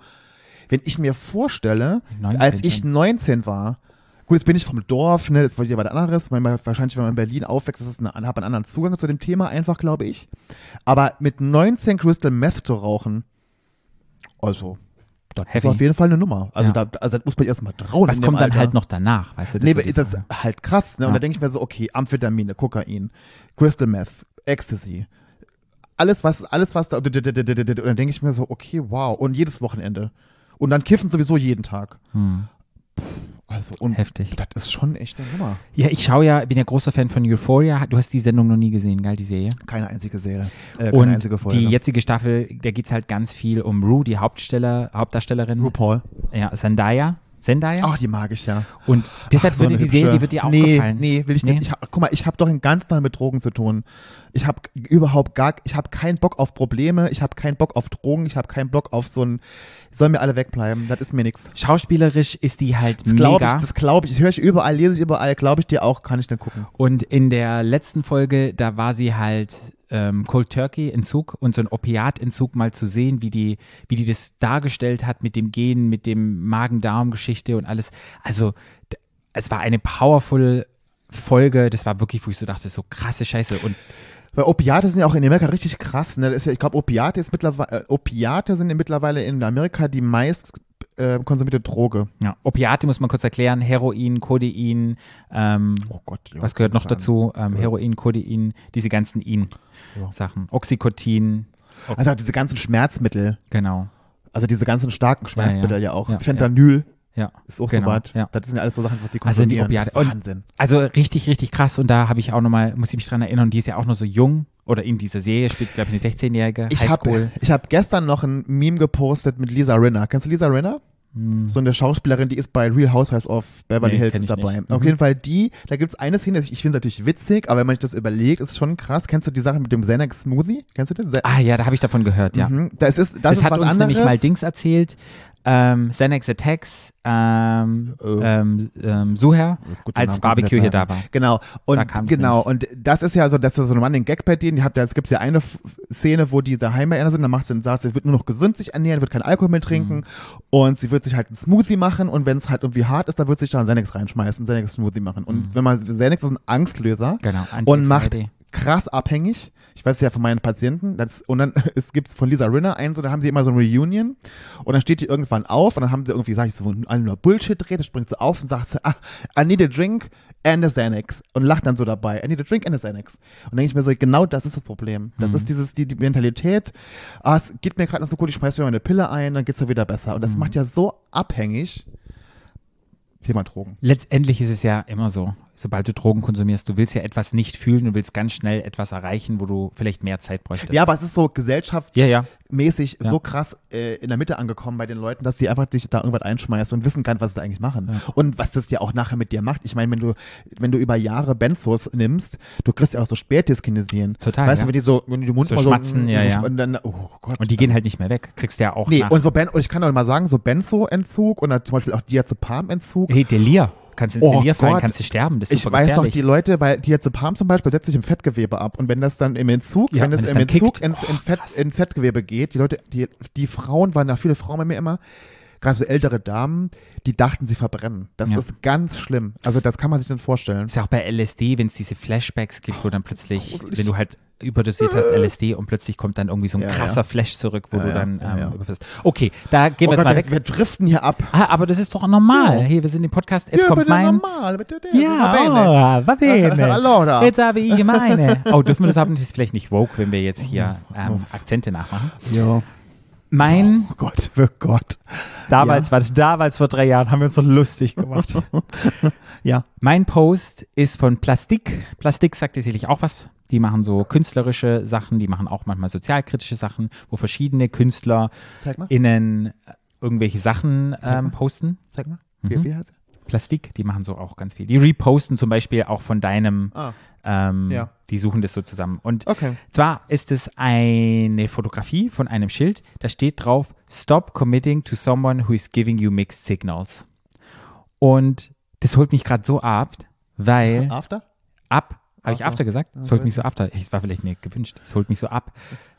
[SPEAKER 2] wenn ich mir vorstelle,
[SPEAKER 1] 19
[SPEAKER 2] als ich
[SPEAKER 1] schon.
[SPEAKER 2] 19 war, gut, jetzt bin ich vom Dorf, ne, das war ja was anderes, weil man, wahrscheinlich, wenn man in Berlin aufwächst, ist es eine, hat man einen anderen Zugang zu dem Thema einfach, glaube ich. Aber mit 19 Crystal Meth zu rauchen, also, das ist
[SPEAKER 1] Heavy.
[SPEAKER 2] auf jeden Fall eine Nummer. Also,
[SPEAKER 1] Ja.
[SPEAKER 2] da, also das muss man erstmal trauen.
[SPEAKER 1] Was
[SPEAKER 2] in dem
[SPEAKER 1] kommt dann
[SPEAKER 2] Alter.
[SPEAKER 1] halt noch danach, weißt du?
[SPEAKER 2] Nee,
[SPEAKER 1] ist so die
[SPEAKER 2] ist das
[SPEAKER 1] Frage.
[SPEAKER 2] halt krass, ne? Und
[SPEAKER 1] Ja.
[SPEAKER 2] da denke ich mir so, okay, Amphetamine, Kokain, Crystal Meth, Ecstasy. Alles, was, alles, was da. Und dann denke ich mir so, okay, wow. Und jedes Wochenende. Und dann kiffen sowieso jeden Tag.
[SPEAKER 1] Hm,
[SPEAKER 2] Also, und
[SPEAKER 1] heftig.
[SPEAKER 2] das ist schon echt eine Nummer.
[SPEAKER 1] Ja, ich schaue ja, bin ja großer Fan von Euphoria. Du hast die Sendung noch nie gesehen, geil, die Serie.
[SPEAKER 2] Keine einzige Serie. Äh, keine
[SPEAKER 1] Und
[SPEAKER 2] einzige Folge.
[SPEAKER 1] die jetzige Staffel, da geht es halt ganz viel um Rue, die Hauptsteller, Hauptdarstellerin.
[SPEAKER 2] RuPaul.
[SPEAKER 1] Ja, Zendaya. Zendaya.
[SPEAKER 2] Ach, die mag ich ja.
[SPEAKER 1] Und deshalb
[SPEAKER 2] Ach, so
[SPEAKER 1] würde
[SPEAKER 2] eine
[SPEAKER 1] die Serie,
[SPEAKER 2] hübsche.
[SPEAKER 1] die wird dir auch
[SPEAKER 2] nee,
[SPEAKER 1] gefallen.
[SPEAKER 2] Nee, will ich nicht.
[SPEAKER 1] Nee?
[SPEAKER 2] Ich hab, guck mal, ich habe doch den ganzen Tag mit Drogen zu tun. Ich habe überhaupt gar, ich habe keinen Bock auf Probleme, ich habe keinen Bock auf Drogen, ich habe keinen Bock auf so ein, sollen mir alle wegbleiben, das ist mir nichts.
[SPEAKER 1] Schauspielerisch ist die halt
[SPEAKER 2] Das glaube ich,
[SPEAKER 1] mega.
[SPEAKER 2] das glaube ich, höre ich überall, lese ich überall, glaube ich dir auch, kann ich nicht gucken.
[SPEAKER 1] Und in der letzten Folge, da war sie halt ähm, Cold Turkey Entzug und so ein Opiatentzug mal zu sehen, wie die, wie die das dargestellt hat mit dem Gen, mit dem Magen-Darm-Geschichte und alles. Also d- es war eine powerful Folge. Das war wirklich, wo ich so dachte, so krasse Scheiße. Und
[SPEAKER 2] Weil Opiate sind ja auch in Amerika richtig krass, ne? Das ist ja, ich glaube, Opiate ist mittlerweile, äh, Opiate sind ja mittlerweile in Amerika die meist äh, konsumierte Droge.
[SPEAKER 1] ja, Opiate muss man kurz erklären: Heroin, Codein. Ähm,
[SPEAKER 2] Oh Gott, ja,
[SPEAKER 1] was gehört noch
[SPEAKER 2] ist das
[SPEAKER 1] dazu? Ähm, Heroin, Codein, diese ganzen In-Sachen. Oxycotin,
[SPEAKER 2] an? Also diese ganzen Schmerzmittel,
[SPEAKER 1] genau.
[SPEAKER 2] also diese ganzen starken Schmerzmittel ja,
[SPEAKER 1] ja.
[SPEAKER 2] auch.
[SPEAKER 1] Ja,
[SPEAKER 2] Fentanyl.
[SPEAKER 1] Ja.
[SPEAKER 2] Ist auch
[SPEAKER 1] Genau,
[SPEAKER 2] so weit.
[SPEAKER 1] ja.
[SPEAKER 2] Das sind ja alles so Sachen, was die
[SPEAKER 1] Also die
[SPEAKER 2] konsumieren.
[SPEAKER 1] Opiate-
[SPEAKER 2] Das ist Wahnsinn.
[SPEAKER 1] Also richtig, richtig krass. Und da habe ich auch nochmal, muss ich mich dran erinnern, die ist ja auch noch so jung. Oder in dieser Serie spielt, glaube ich, eine 16-jährige
[SPEAKER 2] Ich habe
[SPEAKER 1] Highschool.
[SPEAKER 2] ich hab gestern noch ein Meme gepostet mit Lisa Rinna. Kennst du Lisa Rinna? So eine Schauspielerin, die ist bei Real Housewives of Beverly
[SPEAKER 1] Nee,
[SPEAKER 2] Hills
[SPEAKER 1] kenn ich
[SPEAKER 2] dabei.
[SPEAKER 1] nicht.
[SPEAKER 2] Auf
[SPEAKER 1] Mhm.
[SPEAKER 2] jeden Fall die, da gibt's eine Szene, ich finde es natürlich witzig, aber wenn man sich das überlegt, ist schon krass. Kennst du die Sache mit dem Xanax Smoothie? Kennst du den? Xan-
[SPEAKER 1] Ah ja, da habe ich davon gehört, ja.
[SPEAKER 2] Mhm. Das ist, das
[SPEAKER 1] Das,
[SPEAKER 2] ist
[SPEAKER 1] hat
[SPEAKER 2] was
[SPEAKER 1] uns
[SPEAKER 2] anderes.
[SPEAKER 1] nämlich mal Dings erzählt. Ähm, Xanax Attacks, ähm,
[SPEAKER 2] Oh.
[SPEAKER 1] ähm, ähm, Suher,
[SPEAKER 2] Gut, den Namen
[SPEAKER 1] als
[SPEAKER 2] kann ich
[SPEAKER 1] Barbecue
[SPEAKER 2] nicht
[SPEAKER 1] hier da
[SPEAKER 2] sagen.
[SPEAKER 1] war.
[SPEAKER 2] Genau.
[SPEAKER 1] Da
[SPEAKER 2] Und
[SPEAKER 1] kam's
[SPEAKER 2] genau, und das ist ja so, das ist so ein Mann den Gag bei denen. Die habt ja, es gibt ja eine F- Szene, wo die daheim bei einer sind, dann macht sie, sagt, sie wird nur noch gesund sich ernähren, wird kein Alkohol
[SPEAKER 1] Mhm.
[SPEAKER 2] mehr trinken und sie wird sich halt einen Smoothie machen und wenn es halt irgendwie hart ist, dann wird sie sich da einen Xanax reinschmeißen, einen Xanax Smoothie machen.
[SPEAKER 1] Mhm.
[SPEAKER 2] Und wenn man Xanax ist ein Angstlöser
[SPEAKER 1] Genau,
[SPEAKER 2] und macht
[SPEAKER 1] Anti-Anxiety.
[SPEAKER 2] krass abhängig. Ich weiß ja von meinen Patienten, das, und dann es gibt's von Lisa Rinner einen, so, da haben sie immer so eine Reunion und dann steht die irgendwann auf und dann haben sie irgendwie, sag ich so, alle nur Bullshit redet, springt sie auf und sagt so, ah, I need a drink and a Xanax und lacht dann so dabei, I need a drink and a Xanax. Und denke ich mir so, genau das ist das Problem. Das ist dieses, die, die Mentalität, ah, es geht mir gerade nicht so gut, ich schmeiß mir mal eine Pille ein, dann geht's mir wieder besser. Und das macht ja so abhängig. Thema Drogen.
[SPEAKER 1] Letztendlich ist es ja immer so, sobald du Drogen konsumierst, du willst ja etwas nicht fühlen, du willst ganz schnell etwas erreichen, wo du vielleicht mehr Zeit bräuchtest.
[SPEAKER 2] Ja, aber es ist so gesellschafts
[SPEAKER 1] Ja, ja.
[SPEAKER 2] mäßig
[SPEAKER 1] Ja.
[SPEAKER 2] so krass äh, in der Mitte angekommen bei den Leuten, dass die einfach dich da irgendwas einschmeißen und wissen kann, was sie da eigentlich machen. Und was das ja auch nachher mit dir macht. Ich meine, wenn du, wenn du über Jahre Benzos nimmst, du kriegst ja auch so Spätdiskinesien.
[SPEAKER 1] Total, ja.
[SPEAKER 2] Weißt du, wenn die so, wenn die Mund
[SPEAKER 1] So
[SPEAKER 2] mal
[SPEAKER 1] schmatzen,
[SPEAKER 2] so,
[SPEAKER 1] ja, ja.
[SPEAKER 2] Und dann, oh Gott.
[SPEAKER 1] und die gehen halt nicht mehr weg. Kriegst ja auch
[SPEAKER 2] Nee,
[SPEAKER 1] nach.
[SPEAKER 2] und so Ben, und ich kann doch mal sagen, so Benzo-Entzug und dann zum Beispiel auch Diazepam-Entzug.
[SPEAKER 1] hey, Delir. Kannst ins
[SPEAKER 2] Oh
[SPEAKER 1] Delir fallen,
[SPEAKER 2] Gott.
[SPEAKER 1] kannst du sterben. Das ist
[SPEAKER 2] Ich
[SPEAKER 1] super
[SPEAKER 2] weiß noch,
[SPEAKER 1] gefährlich.
[SPEAKER 2] die Leute, weil Diazepam zum Beispiel setzt sich im Fettgewebe ab und wenn das dann im Entzug,
[SPEAKER 1] Ja,
[SPEAKER 2] wenn das
[SPEAKER 1] wenn es
[SPEAKER 2] im
[SPEAKER 1] dann
[SPEAKER 2] Entzug
[SPEAKER 1] kickt.
[SPEAKER 2] ins, ins,
[SPEAKER 1] Oh,
[SPEAKER 2] Fett,
[SPEAKER 1] krass.
[SPEAKER 2] ins Fettgewebe geht, die Leute, die, die Frauen waren da, viele Frauen bei mir immer, gerade so ältere Damen, die dachten, sie verbrennen. Das
[SPEAKER 1] Ja.
[SPEAKER 2] ist ganz schlimm. Also das kann man sich dann vorstellen.
[SPEAKER 1] Ist ja auch bei LSD, wenn es diese Flashbacks gibt, wo dann plötzlich,
[SPEAKER 2] gruselig.
[SPEAKER 1] wenn du halt überdosiert hast LSD und plötzlich kommt dann irgendwie so ein
[SPEAKER 2] Ja,
[SPEAKER 1] krasser Flash zurück, wo du
[SPEAKER 2] ja,
[SPEAKER 1] dann
[SPEAKER 2] ja,
[SPEAKER 1] ähm,
[SPEAKER 2] ja.
[SPEAKER 1] überfährst. Okay, da gehen
[SPEAKER 2] Oh
[SPEAKER 1] wir jetzt
[SPEAKER 2] Gott,
[SPEAKER 1] mal
[SPEAKER 2] wir,
[SPEAKER 1] weg.
[SPEAKER 2] wir driften hier ab.
[SPEAKER 1] Ah, aber das ist doch normal. Hey, wir sind im Podcast, jetzt kommt
[SPEAKER 2] bitte
[SPEAKER 1] mein...
[SPEAKER 2] normal, bitte der.
[SPEAKER 1] Ja, oh, va bene.
[SPEAKER 2] Allora.
[SPEAKER 1] Jetzt habe ich meine. Oh, dürfen wir das haben? Das ist vielleicht nicht woke, wenn wir jetzt hier ähm, Akzente nachmachen.
[SPEAKER 2] ja.
[SPEAKER 1] Mein,
[SPEAKER 2] Oh Gott, oh Gott.
[SPEAKER 1] damals war das, damals vor drei Jahren, haben wir uns noch lustig gemacht.
[SPEAKER 2] Ja.
[SPEAKER 1] Mein Post ist von Plastik. Plastik sagt dir sicherlich auch was. Die machen so künstlerische Sachen, die machen auch manchmal sozialkritische Sachen, wo verschiedene
[SPEAKER 2] Zeig mal,
[SPEAKER 1] KünstlerInnen irgendwelche Sachen ähm, posten.
[SPEAKER 2] zeig mal. Wie, wie heißt er?
[SPEAKER 1] Plastik, die machen so auch ganz viel. Die reposten zum Beispiel auch von deinem,
[SPEAKER 2] Ah,
[SPEAKER 1] ähm,
[SPEAKER 2] Ja.
[SPEAKER 1] die suchen das so zusammen. Und
[SPEAKER 2] okay.
[SPEAKER 1] zwar ist es eine Fotografie von einem Schild, da steht drauf, Stop committing to someone who is giving you mixed signals. Und das holt mich gerade so ab, weil
[SPEAKER 2] After?
[SPEAKER 1] ab. Habe ich
[SPEAKER 2] After.
[SPEAKER 1] after gesagt? Es
[SPEAKER 2] Ah. Ja,
[SPEAKER 1] holt mich so after. Es war vielleicht nicht gewünscht. Es holt mich so ab.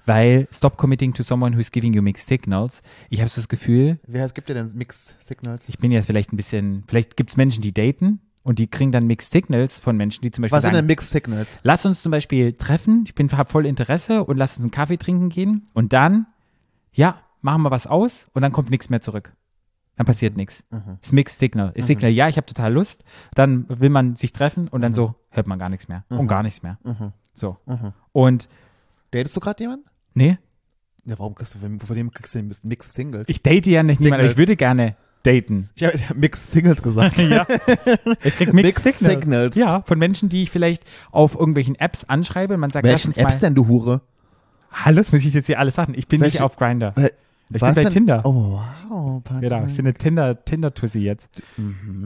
[SPEAKER 1] Weil stop committing to someone who's giving you mixed signals. Ich habe so das Gefühl,
[SPEAKER 2] Wer heißt, gibt dir denn Mixed Signals?
[SPEAKER 1] ich bin jetzt vielleicht ein bisschen, vielleicht gibt es Menschen, die daten und die kriegen dann mixed signals von Menschen, die zum Beispiel
[SPEAKER 2] Was sind denn
[SPEAKER 1] sagen,
[SPEAKER 2] Mixed Signals?
[SPEAKER 1] lass uns zum Beispiel treffen, ich bin hab voll Interesse und lass uns einen Kaffee trinken gehen und dann, ja, machen wir was aus und dann kommt nichts mehr zurück. Dann passiert nichts.
[SPEAKER 2] Mhm.
[SPEAKER 1] Ist Mixed Signal. Ist Signal, ja, ich habe total Lust. Dann will man sich treffen und dann so hört man gar nichts mehr. Und gar nichts mehr.
[SPEAKER 2] Mhm.
[SPEAKER 1] So.
[SPEAKER 2] Mhm.
[SPEAKER 1] Und
[SPEAKER 2] Datest du gerade jemanden?
[SPEAKER 1] nee,
[SPEAKER 2] Ja, warum kriegst du, von von dem kriegst du denn Mixed Singles?
[SPEAKER 1] ich date ja nicht niemanden, aber ich
[SPEAKER 2] Signals.
[SPEAKER 1] würde gerne daten.
[SPEAKER 2] Ich habe hab Mixed Singles gesagt.
[SPEAKER 1] Ja. Ich krieg Mixed,
[SPEAKER 2] Mixed
[SPEAKER 1] Signals.
[SPEAKER 2] Signals.
[SPEAKER 1] Ja, von Menschen, die ich vielleicht auf irgendwelchen Apps anschreibe und man sagt,
[SPEAKER 2] Welchen
[SPEAKER 1] lass uns
[SPEAKER 2] Apps
[SPEAKER 1] mal.
[SPEAKER 2] denn, du Hure?
[SPEAKER 1] Hallo, das muss ich jetzt hier alles sagen. Ich bin nicht
[SPEAKER 2] Welche-
[SPEAKER 1] auf Grinder.
[SPEAKER 2] Weil-
[SPEAKER 1] Ich
[SPEAKER 2] was
[SPEAKER 1] bin bei
[SPEAKER 2] denn?
[SPEAKER 1] Tinder.
[SPEAKER 2] Oh, wow. Patrick.
[SPEAKER 1] Genau, ich bin eine Tinder, Tinder-Tussi jetzt. Darf ich
[SPEAKER 2] Mhm.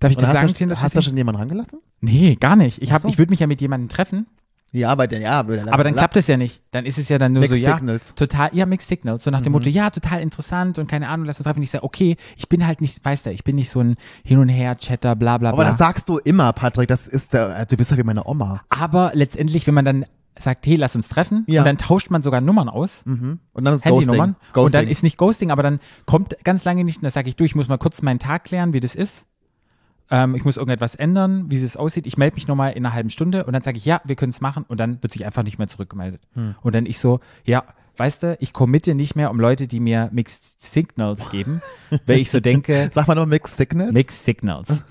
[SPEAKER 2] Und
[SPEAKER 1] das sagen,
[SPEAKER 2] hast, du, hast du
[SPEAKER 1] Tinder-Tussi?
[SPEAKER 2] schon jemanden rangelassen?
[SPEAKER 1] Nee, gar nicht. Ich, hab-
[SPEAKER 2] Ach so.
[SPEAKER 1] ich würde mich ja mit jemandem treffen,
[SPEAKER 2] Ja, aber der, ja.
[SPEAKER 1] aber dann klappt es ja nicht. Dann ist es ja dann nur
[SPEAKER 2] Mixed
[SPEAKER 1] so, ja,
[SPEAKER 2] Signals. Mhm.
[SPEAKER 1] total, ja, Mixed Signals. So nach dem Motto, ja, total interessant und keine Ahnung, lass uns treffen. Ich sage, okay, ich bin halt nicht, weißt du, ich bin nicht so ein Hin- und Her-Chatter, bla, bla, bla.
[SPEAKER 2] Aber das sagst du immer, Patrick. Das ist der, äh, du bist ja wie meine Oma.
[SPEAKER 1] Aber letztendlich, wenn man dann sagt, hey, lass uns treffen,
[SPEAKER 2] Ja.
[SPEAKER 1] und dann tauscht man sogar Nummern aus,
[SPEAKER 2] Mhm. Und dann ist
[SPEAKER 1] Handynummern,
[SPEAKER 2] Ghosting. Ghosting.
[SPEAKER 1] und dann ist nicht Ghosting, aber dann kommt ganz lange nicht, und dann sage ich, du, ich muss mal kurz meinen Tag klären, wie das ist. Ähm, ich muss irgendetwas ändern, wie es aussieht. Ich melde mich nochmal in einer halben Stunde und dann sage ich, ja, wir können es machen und dann wird sich einfach nicht mehr zurückgemeldet.
[SPEAKER 2] Hm.
[SPEAKER 1] Und dann ich so, ja, weißt du, ich committe nicht mehr um Leute, die mir Mixed Signals geben, weil ich so denke,
[SPEAKER 2] Sag mal nur Mixed Signals.
[SPEAKER 1] Mixed Signals.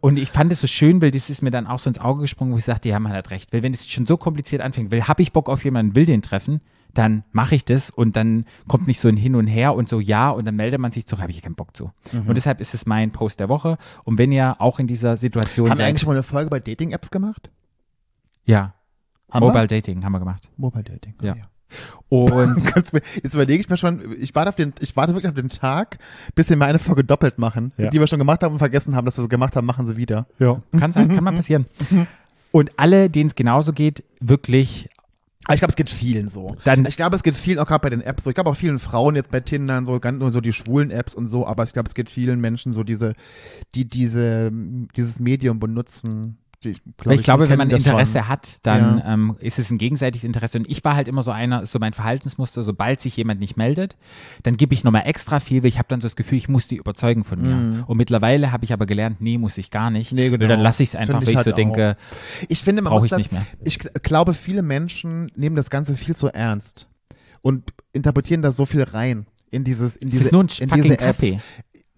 [SPEAKER 1] Und ich fand es so schön, weil das ist mir dann auch so ins Auge gesprungen, wo ich sagte, ja, man hat halt recht. Weil wenn es schon so kompliziert anfängt, weil habe ich Bock auf jemanden, will den treffen, dann mache ich das und dann kommt nicht so ein Hin und Her und so ja und dann meldet man sich zurück, habe ich keinen Bock zu. Und deshalb ist es mein Post der Woche. Und wenn ihr auch in dieser Situation
[SPEAKER 2] Haben wir eigentlich
[SPEAKER 1] seid,
[SPEAKER 2] schon mal eine Folge bei Dating-Apps gemacht?
[SPEAKER 1] ja,
[SPEAKER 2] Haben
[SPEAKER 1] Mobile Dating haben wir gemacht.
[SPEAKER 2] wir? Mobile Dating. Ah,
[SPEAKER 1] Ja. Und
[SPEAKER 2] Jetzt, jetzt überlege ich mir schon, ich warte, auf den, ich warte wirklich auf den Tag, bis wir mal eine Folge doppelt machen,
[SPEAKER 1] Ja.
[SPEAKER 2] die wir schon gemacht haben und vergessen haben, dass wir sie gemacht haben, machen sie wieder.
[SPEAKER 1] ja. kann sein, kann mal passieren. Und alle, denen es genauso geht, wirklich,
[SPEAKER 2] Aber ich glaube, es geht vielen so.
[SPEAKER 1] Dann-
[SPEAKER 2] ich glaube, es geht vielen auch gerade bei den Apps so. Ich glaube auch vielen Frauen jetzt bei Tinder so ganz nur so die schwulen Apps und so, aber ich glaube, es geht vielen Menschen so diese, die diese dieses Medium benutzen. Die, glaub
[SPEAKER 1] Weil ich glaube,
[SPEAKER 2] die
[SPEAKER 1] wenn
[SPEAKER 2] kennen
[SPEAKER 1] man
[SPEAKER 2] das
[SPEAKER 1] Interesse
[SPEAKER 2] schon.
[SPEAKER 1] hat, dann ähm, ist es ein gegenseitiges Interesse. Und ich war halt immer so einer, ist so mein Verhaltensmuster, sobald sich jemand nicht meldet, dann gebe ich nochmal extra viel, weil ich habe dann so das Gefühl, ich muss die überzeugen von mir. Und mittlerweile habe ich aber gelernt, nee, muss ich gar nicht.
[SPEAKER 2] Mhm. Nee, genau.
[SPEAKER 1] Weil dann lasse ich es einfach,
[SPEAKER 2] Finde ich
[SPEAKER 1] weil ich
[SPEAKER 2] halt
[SPEAKER 1] so denke,
[SPEAKER 2] Ich finde, man
[SPEAKER 1] Brauch
[SPEAKER 2] muss
[SPEAKER 1] ich
[SPEAKER 2] das,
[SPEAKER 1] nicht mehr.
[SPEAKER 2] Ich gl- glaube, viele Menschen nehmen das Ganze viel zu ernst und interpretieren da so viel rein in dieses in
[SPEAKER 1] es
[SPEAKER 2] diese
[SPEAKER 1] ist nur ein
[SPEAKER 2] in
[SPEAKER 1] fucking
[SPEAKER 2] diese Apps.
[SPEAKER 1] Kaffee.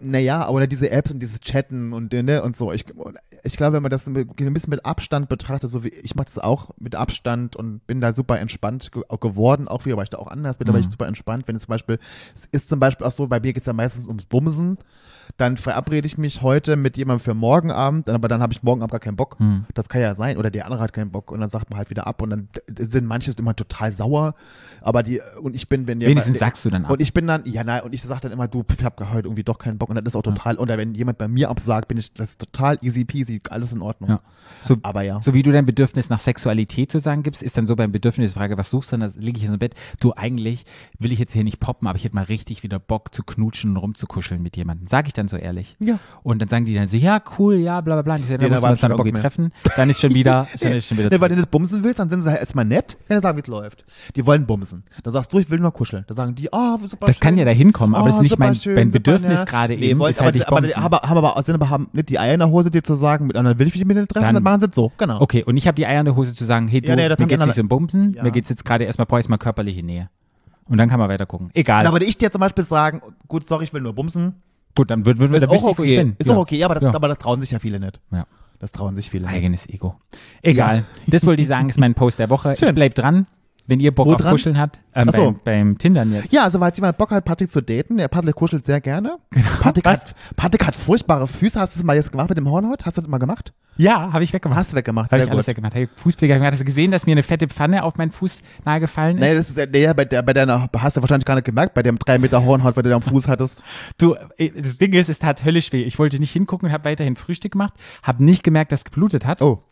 [SPEAKER 2] Naja, oder diese Apps und dieses Chatten und ne und so. Ich, ich glaube, wenn man das mit- ein bisschen mit Abstand betrachtet, so wie ich mache das auch mit Abstand und bin da super entspannt ge auch geworden, auch wieder war ich da auch anders, bin aber ich super entspannt. Wenn es zum Beispiel, es ist zum Beispiel auch so, bei mir geht's ja meistens ums Bumsen, dann verabrede ich mich heute mit jemandem für morgen Abend, aber dann habe ich morgen Abend gar keinen Bock. Das kann ja sein. Oder der andere hat keinen Bock und dann sagt man halt wieder ab und dann d- sind manche immer total sauer, aber die, und ich bin, wenn der-
[SPEAKER 1] Wenigstens sagst du dann ab.
[SPEAKER 2] und ich bin dann, ja, nein, und ich sag dann immer, du, pf, ich hab heute irgendwie doch keinen Bock. Und das ist auch total, oder wenn jemand bei mir absagt, bin ich, das ist total easy peasy, alles in Ordnung.
[SPEAKER 1] Ja. So,
[SPEAKER 2] Aber ja.
[SPEAKER 1] So wie du dein Bedürfnis nach Sexualität zu sagen gibst, ist dann so beim Bedürfnis die Frage, was suchst du denn? Da liege ich in so im Bett. Du, eigentlich will ich jetzt hier nicht poppen, aber ich hätte mal richtig wieder Bock zu knutschen und rumzukuscheln mit jemandem. Sag ich dann so ehrlich.
[SPEAKER 2] Ja.
[SPEAKER 1] Und dann sagen die dann so, ja, cool, ja, bla bla bla. Und ich sage, dann
[SPEAKER 2] Nee,
[SPEAKER 1] müssen
[SPEAKER 2] da
[SPEAKER 1] wir
[SPEAKER 2] war
[SPEAKER 1] uns dann
[SPEAKER 2] schon
[SPEAKER 1] irgendwie
[SPEAKER 2] kein
[SPEAKER 1] treffen. Dann ist schon wieder, dann ist schon wieder
[SPEAKER 2] Ne, weil
[SPEAKER 1] zu.
[SPEAKER 2] du das bumsen willst, dann sind sie halt erstmal nett, dann sagen, wie es läuft. Die wollen bumsen. Dann sagst du, ich will nur kuscheln. Dann sagen die, oh, super
[SPEAKER 1] Das
[SPEAKER 2] schön.
[SPEAKER 1] kann ja da hinkommen, aber das ist nicht mein-
[SPEAKER 2] superschön,
[SPEAKER 1] mein
[SPEAKER 2] Oh, super
[SPEAKER 1] Bedürfnis
[SPEAKER 2] nett.
[SPEAKER 1] gerade
[SPEAKER 2] nee,
[SPEAKER 1] eben,
[SPEAKER 2] Wollen,
[SPEAKER 1] ist halt
[SPEAKER 2] aber,
[SPEAKER 1] nicht
[SPEAKER 2] aber,
[SPEAKER 1] bumsen.
[SPEAKER 2] aber, haben aber, sind aber haben nicht die Eier in der Hose, dir zu sagen, mit anderen will ich mich mit denen treffen,
[SPEAKER 1] Dann-
[SPEAKER 2] dann, machen sie es so. Genau.
[SPEAKER 1] Okay, und ich habe die Eier in der Hose zu sagen, hey du,
[SPEAKER 2] Ja, nee, das
[SPEAKER 1] mir
[SPEAKER 2] haben
[SPEAKER 1] geht's
[SPEAKER 2] andere-
[SPEAKER 1] nicht so um Bumsen,
[SPEAKER 2] Ja.
[SPEAKER 1] mir geht's jetzt gerade erstmal, brauche ich mal körperliche Nähe. Und dann kann man weiter gucken. Egal.
[SPEAKER 2] Da würde ich dir zum Beispiel sagen, gut, sorry, ich will nur bumsen.
[SPEAKER 1] Gut, dann würden wir
[SPEAKER 2] Ist auch okay. Ist
[SPEAKER 1] ja.
[SPEAKER 2] auch okay, ja, aber das,
[SPEAKER 1] Ja.
[SPEAKER 2] aber das trauen sich ja viele nicht.
[SPEAKER 1] Ja.
[SPEAKER 2] Das trauen sich viele nicht.
[SPEAKER 1] Eigenes Ego. Egal. Das wollte ich sagen, ist mein Post der Woche. Ich
[SPEAKER 2] Schön.
[SPEAKER 1] bleib dran. wenn ihr Bock
[SPEAKER 2] Wo
[SPEAKER 1] auf
[SPEAKER 2] dran?
[SPEAKER 1] Kuscheln habt, ähm,
[SPEAKER 2] Ach so.
[SPEAKER 1] beim, beim Tindern jetzt.
[SPEAKER 2] Ja, also falls jemand Bock hat, Patrick zu daten, der Patrick kuschelt sehr gerne. Patrick,
[SPEAKER 1] Genau. Was?
[SPEAKER 2] hat, Patrick hat furchtbare Füße. Hast du das mal jetzt gemacht mit dem Hornhaut? Hast du das mal gemacht?
[SPEAKER 1] Ja, habe ich weggemacht.
[SPEAKER 2] Hast du weggemacht,
[SPEAKER 1] Habe
[SPEAKER 2] sehr
[SPEAKER 1] ich alles
[SPEAKER 2] gut.
[SPEAKER 1] weggemacht. Habe ich Fußpflege gemacht. Hast du gesehen, dass mir eine fette Pfanne auf meinen Fuß nahe gefallen ist?
[SPEAKER 2] Nee, das ist, nee, bei, der, bei deiner hast du wahrscheinlich gar nicht gemerkt, bei dem 3 Meter Hornhaut, weil du da am Fuß hattest.
[SPEAKER 1] Du, äh, das Ding ist, es tat höllisch weh. Ich wollte nicht hingucken, habe weiterhin Frühstück gemacht, habe nicht gemerkt, dass geblutet hat
[SPEAKER 2] Oh.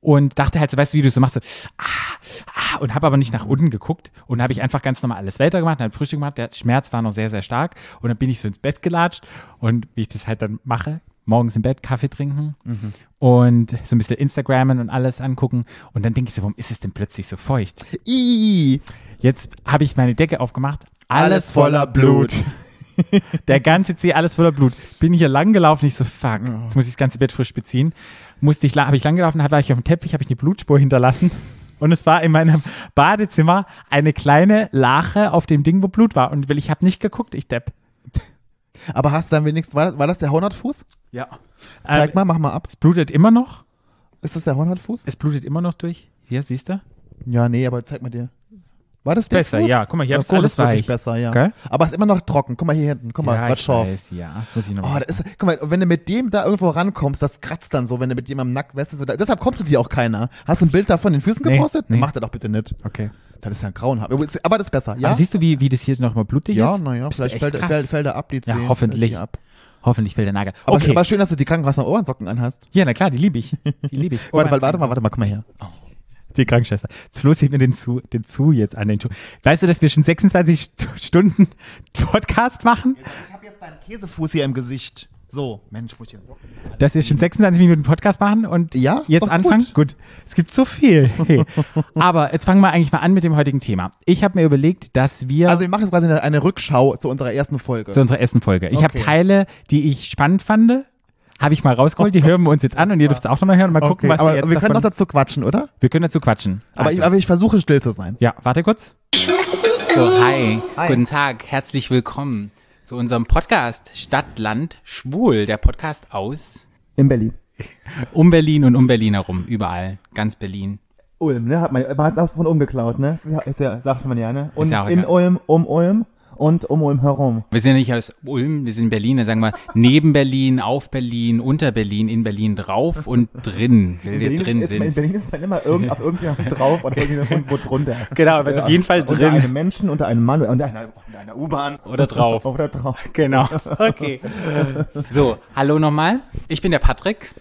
[SPEAKER 1] und dachte halt, so, weißt du, wie du es so machst, so, ah, ah, und habe aber nicht nach unten geguckt und habe ich einfach ganz normal alles weitergemacht, dann Frühstück gemacht, der Schmerz war noch sehr, sehr stark und dann bin ich so ins Bett gelatscht und wie ich das halt dann mache, morgens im Bett Kaffee trinken
[SPEAKER 2] Mhm.
[SPEAKER 1] und so ein bisschen Instagrammen und alles angucken und dann denke ich so, warum ist es denn plötzlich so feucht?
[SPEAKER 2] Ii,
[SPEAKER 1] Jetzt habe ich meine Decke aufgemacht,
[SPEAKER 2] alles voller Blut.
[SPEAKER 1] Der ganze Zeh, alles voller Blut. Bin hier lang gelaufen, ich so, fuck, jetzt muss ich das ganze Bett frisch beziehen. Musste ich, habe ich lang gelaufen, war ich auf dem Teppich, habe ich eine Blutspur hinterlassen. Und es war in meinem Badezimmer eine kleine Lache auf dem Ding, wo Blut war. Und weil ich habe nicht geguckt, ich Depp.
[SPEAKER 2] Aber hast du dann wenigstens, war das, war das der Hornhautfuß?
[SPEAKER 1] Ja.
[SPEAKER 2] Zeig
[SPEAKER 1] Ähm,
[SPEAKER 2] mal, mach mal ab.
[SPEAKER 1] es blutet immer noch.
[SPEAKER 2] Ist das der Hornhautfuß?
[SPEAKER 1] Es blutet immer noch durch. Hier, siehst du?
[SPEAKER 2] Ja, nee, aber zeig mal dir. War das der
[SPEAKER 1] Besser,
[SPEAKER 2] Fuß?
[SPEAKER 1] ja. Guck mal, hier
[SPEAKER 2] Ja,
[SPEAKER 1] hab ich's alles
[SPEAKER 2] das ist wirklich
[SPEAKER 1] weich.
[SPEAKER 2] besser, ja.
[SPEAKER 1] Gell?
[SPEAKER 2] Aber es ist immer noch trocken. Guck mal hier hinten. Guck mal,
[SPEAKER 1] ja,
[SPEAKER 2] was
[SPEAKER 1] ich
[SPEAKER 2] scharf.
[SPEAKER 1] weiß, ja, das muss ich
[SPEAKER 2] Oh,
[SPEAKER 1] nochmal.
[SPEAKER 2] das ist, guck mal, wenn du mit dem da irgendwo rankommst, das kratzt dann so, wenn du mit jemandem nackt wärst. So, da, deshalb kommst du dir auch keiner. Hast du ein Bild davon in den Füßen
[SPEAKER 1] Nee,
[SPEAKER 2] gepostet?
[SPEAKER 1] nee.
[SPEAKER 2] Mach das doch bitte nicht.
[SPEAKER 1] okay.
[SPEAKER 2] Das ist ja ein Grauenhaar. Aber es- aber das ist besser, ja?
[SPEAKER 1] Aber siehst du, wie, wie das hier nochmal blutig
[SPEAKER 2] ja,
[SPEAKER 1] ist?
[SPEAKER 2] naja,
[SPEAKER 1] Bist du
[SPEAKER 2] vielleicht
[SPEAKER 1] echt
[SPEAKER 2] fällt,
[SPEAKER 1] krass.
[SPEAKER 2] fällt, fällt er ab, die Zehen.
[SPEAKER 1] Ja, hoffentlich.
[SPEAKER 2] fällt die Ab.
[SPEAKER 1] Hoffentlich fällt der Nagel.
[SPEAKER 2] Aber,
[SPEAKER 1] okay.
[SPEAKER 2] aber schön, dass du die krankenwasser Ohrensocken anhast.
[SPEAKER 1] ja, na klar, die liebe ich. Die liebe ich. Oh,
[SPEAKER 2] Warte,
[SPEAKER 1] mein
[SPEAKER 2] warte, warte mal, warte mal, komm mal her.
[SPEAKER 1] Die Krankenschwester. Jetzt Flo hebt mir den zu, den zu jetzt an den Schuh. Weißt du, dass wir schon 26 St Stunden Podcast machen?
[SPEAKER 2] Ich habe jetzt deinen Käsefuß hier im Gesicht. So, Mensch, muss ich jetzt.
[SPEAKER 1] Dass wir schon 26 Minuten Podcast machen und
[SPEAKER 2] Ja,
[SPEAKER 1] jetzt
[SPEAKER 2] doch gut.
[SPEAKER 1] anfangen? Gut. Es gibt so viel. Hey. Aber jetzt fangen wir eigentlich mal an mit dem heutigen Thema. Ich habe mir überlegt, dass wir
[SPEAKER 2] Also, wir machen jetzt quasi eine, eine Rückschau zu unserer ersten Folge.
[SPEAKER 1] zu unserer Essen-Folge. Ich habe
[SPEAKER 2] Okay.
[SPEAKER 1] Teile, die ich spannend fand, habe ich mal rausgeholt. Die hören wir uns jetzt an und ihr dürft es auch nochmal hören und mal gucken, was
[SPEAKER 2] aber
[SPEAKER 1] wir jetzt
[SPEAKER 2] wir können
[SPEAKER 1] davon...
[SPEAKER 2] noch dazu quatschen, oder?
[SPEAKER 1] wir können dazu quatschen.
[SPEAKER 2] Aber,
[SPEAKER 1] Also.
[SPEAKER 2] ich, aber ich versuche still zu sein.
[SPEAKER 1] ja, warte kurz.
[SPEAKER 3] So, hi. Guten Tag, herzlich willkommen zu unserem Podcast Stadt, Land, Schwul. Der Podcast aus
[SPEAKER 4] In Berlin.
[SPEAKER 3] um Berlin und um Berlin herum, überall, ganz Berlin.
[SPEAKER 4] Ulm, ne? Hat man, man hat es von Ulm geklaut, ne? Das ist, ja- ist ja, sagt man ja, ne? Und
[SPEAKER 3] ja auch
[SPEAKER 4] in
[SPEAKER 3] egal.
[SPEAKER 4] Ulm, um Ulm und um Ulm herum.
[SPEAKER 3] Wir sind ja nicht aus Ulm, wir sind Berlin, da sagen wir neben Berlin, auf Berlin, unter Berlin, in Berlin drauf und drin, weil wir
[SPEAKER 4] Berlin
[SPEAKER 3] drin
[SPEAKER 4] ist, In
[SPEAKER 3] sind.
[SPEAKER 4] Berlin ist man immer irgend, auf irgendjemand drauf oder irgendwo drunter.
[SPEAKER 1] Genau, aber ist auf jeden Fall
[SPEAKER 4] unter
[SPEAKER 1] drin.
[SPEAKER 4] Unter einem Menschen, unter einem Mann, unter einer, unter einer U-Bahn.
[SPEAKER 3] Oder drauf.
[SPEAKER 4] Oder drauf.
[SPEAKER 3] Genau. Okay. So, hallo nochmal. Ich bin der Patrick.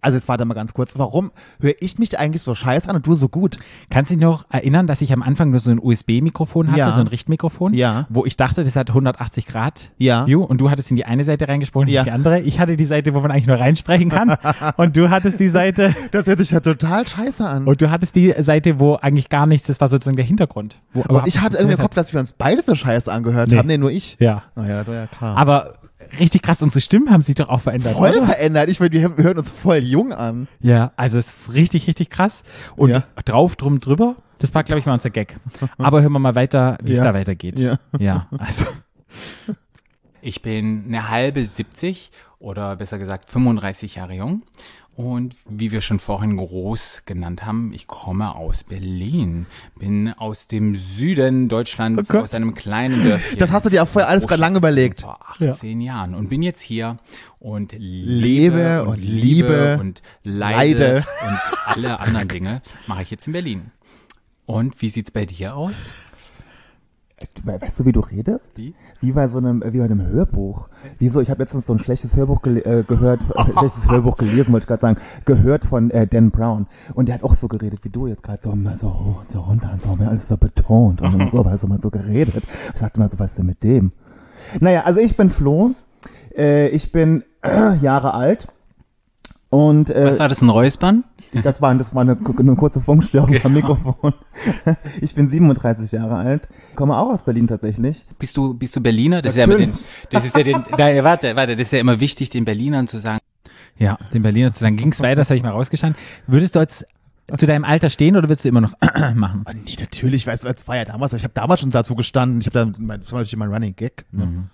[SPEAKER 2] Also jetzt warte mal ganz kurz. Warum höre ich mich eigentlich so scheiß an und du so gut?
[SPEAKER 1] Kannst du dich noch erinnern, dass ich am Anfang nur so ein USB-Mikrofon hatte,
[SPEAKER 2] Ja.
[SPEAKER 1] so ein Richtmikrofon,
[SPEAKER 2] Ja.
[SPEAKER 1] wo ich dachte, das hat 180 Grad
[SPEAKER 2] Ja.
[SPEAKER 1] View und du hattest in die eine Seite reingesprochen, nicht
[SPEAKER 2] Ja.
[SPEAKER 1] in die andere. Ich hatte die Seite, wo man eigentlich nur reinsprechen kann und du hattest die Seite
[SPEAKER 2] Das hört sich ja total scheiße an.
[SPEAKER 1] und du hattest die Seite, wo eigentlich gar nichts, das war sozusagen der Hintergrund. Wo
[SPEAKER 2] aber
[SPEAKER 1] überhaupt
[SPEAKER 2] ich
[SPEAKER 1] nicht
[SPEAKER 2] hatte irgendwie im
[SPEAKER 1] funktioniert
[SPEAKER 2] Kopf, dass wir uns beide so scheiße angehört
[SPEAKER 1] Nee.
[SPEAKER 2] haben. Nee, nur ich.
[SPEAKER 1] hat. Ja.
[SPEAKER 2] Naja, das war ja klar.
[SPEAKER 1] Aber richtig krass, unsere Stimmen haben sich doch auch verändert.
[SPEAKER 2] voll
[SPEAKER 1] oder?
[SPEAKER 2] verändert. Ich meine, wir hören uns voll jung an.
[SPEAKER 1] Ja, also es ist richtig, richtig krass. Und
[SPEAKER 2] Ja.
[SPEAKER 1] drauf, drum, drüber, das war, glaube ich, mal unser Gag. Aber hören wir mal weiter, wie es
[SPEAKER 2] Ja.
[SPEAKER 1] da weitergeht.
[SPEAKER 2] Ja.
[SPEAKER 1] ja, also.
[SPEAKER 3] Ich bin eine halbe 70 oder besser gesagt 35 Jahre jung. Und wie wir schon vorhin groß genannt haben, ich komme aus Berlin, bin aus dem Süden Deutschlands,
[SPEAKER 1] Gott.
[SPEAKER 3] aus einem kleinen Dörfchen.
[SPEAKER 2] Oh Das hast du dir auch vorher alles gerade lang überlegt.
[SPEAKER 3] Oh, Vor 18 Jahren und bin jetzt hier und lebe,
[SPEAKER 2] Lebe und
[SPEAKER 3] und liebe
[SPEAKER 2] liebe,
[SPEAKER 3] und leide,
[SPEAKER 2] leide.
[SPEAKER 3] und alle anderen Dinge mache ich jetzt in Berlin. Und wie sieht's bei dir aus?
[SPEAKER 4] Du, we- Weißt du, wie du redest? Wie bei so einem, äh, wie bei einem Hörbuch. Wieso? Ich habe letztens so ein schlechtes Hörbuch gele- äh, gehört, äh, schlechtes Hörbuch gelesen, wollte ich gerade sagen, gehört von äh, Dan Brown. Und der hat auch so geredet wie du jetzt gerade, so, so hoch, so runter und so, und alles so betont und so, so, weil er so mal so geredet. Ich dachte mal so, was ist denn mit dem? Naja, also ich bin Flo, äh, ich bin äh, Jahre alt und äh,
[SPEAKER 3] Was war das, ein Räuspern?
[SPEAKER 4] das war, das war eine, eine kurze Funkstörung am Mikrofon. Ich bin 37 Jahre alt, komme auch aus Berlin tatsächlich.
[SPEAKER 3] Bist du, bist du Berliner? Das ist, ja immer den, das ist ja den, nein, warte, warte, das ist ja immer wichtig, den Berlinern zu sagen.
[SPEAKER 1] Ja, den Berliner zu sagen, ging's weiter, das habe ich mal rausgestanden. Würdest du jetzt zu deinem Alter stehen oder würdest du immer noch machen?
[SPEAKER 2] Ah, nee, natürlich, weißt du, als war ja damals, aber ich habe damals schon dazu gestanden. Ich habe dann, mein,
[SPEAKER 5] Hm.
[SPEAKER 2] das war natürlich mein Running Gag. Ne?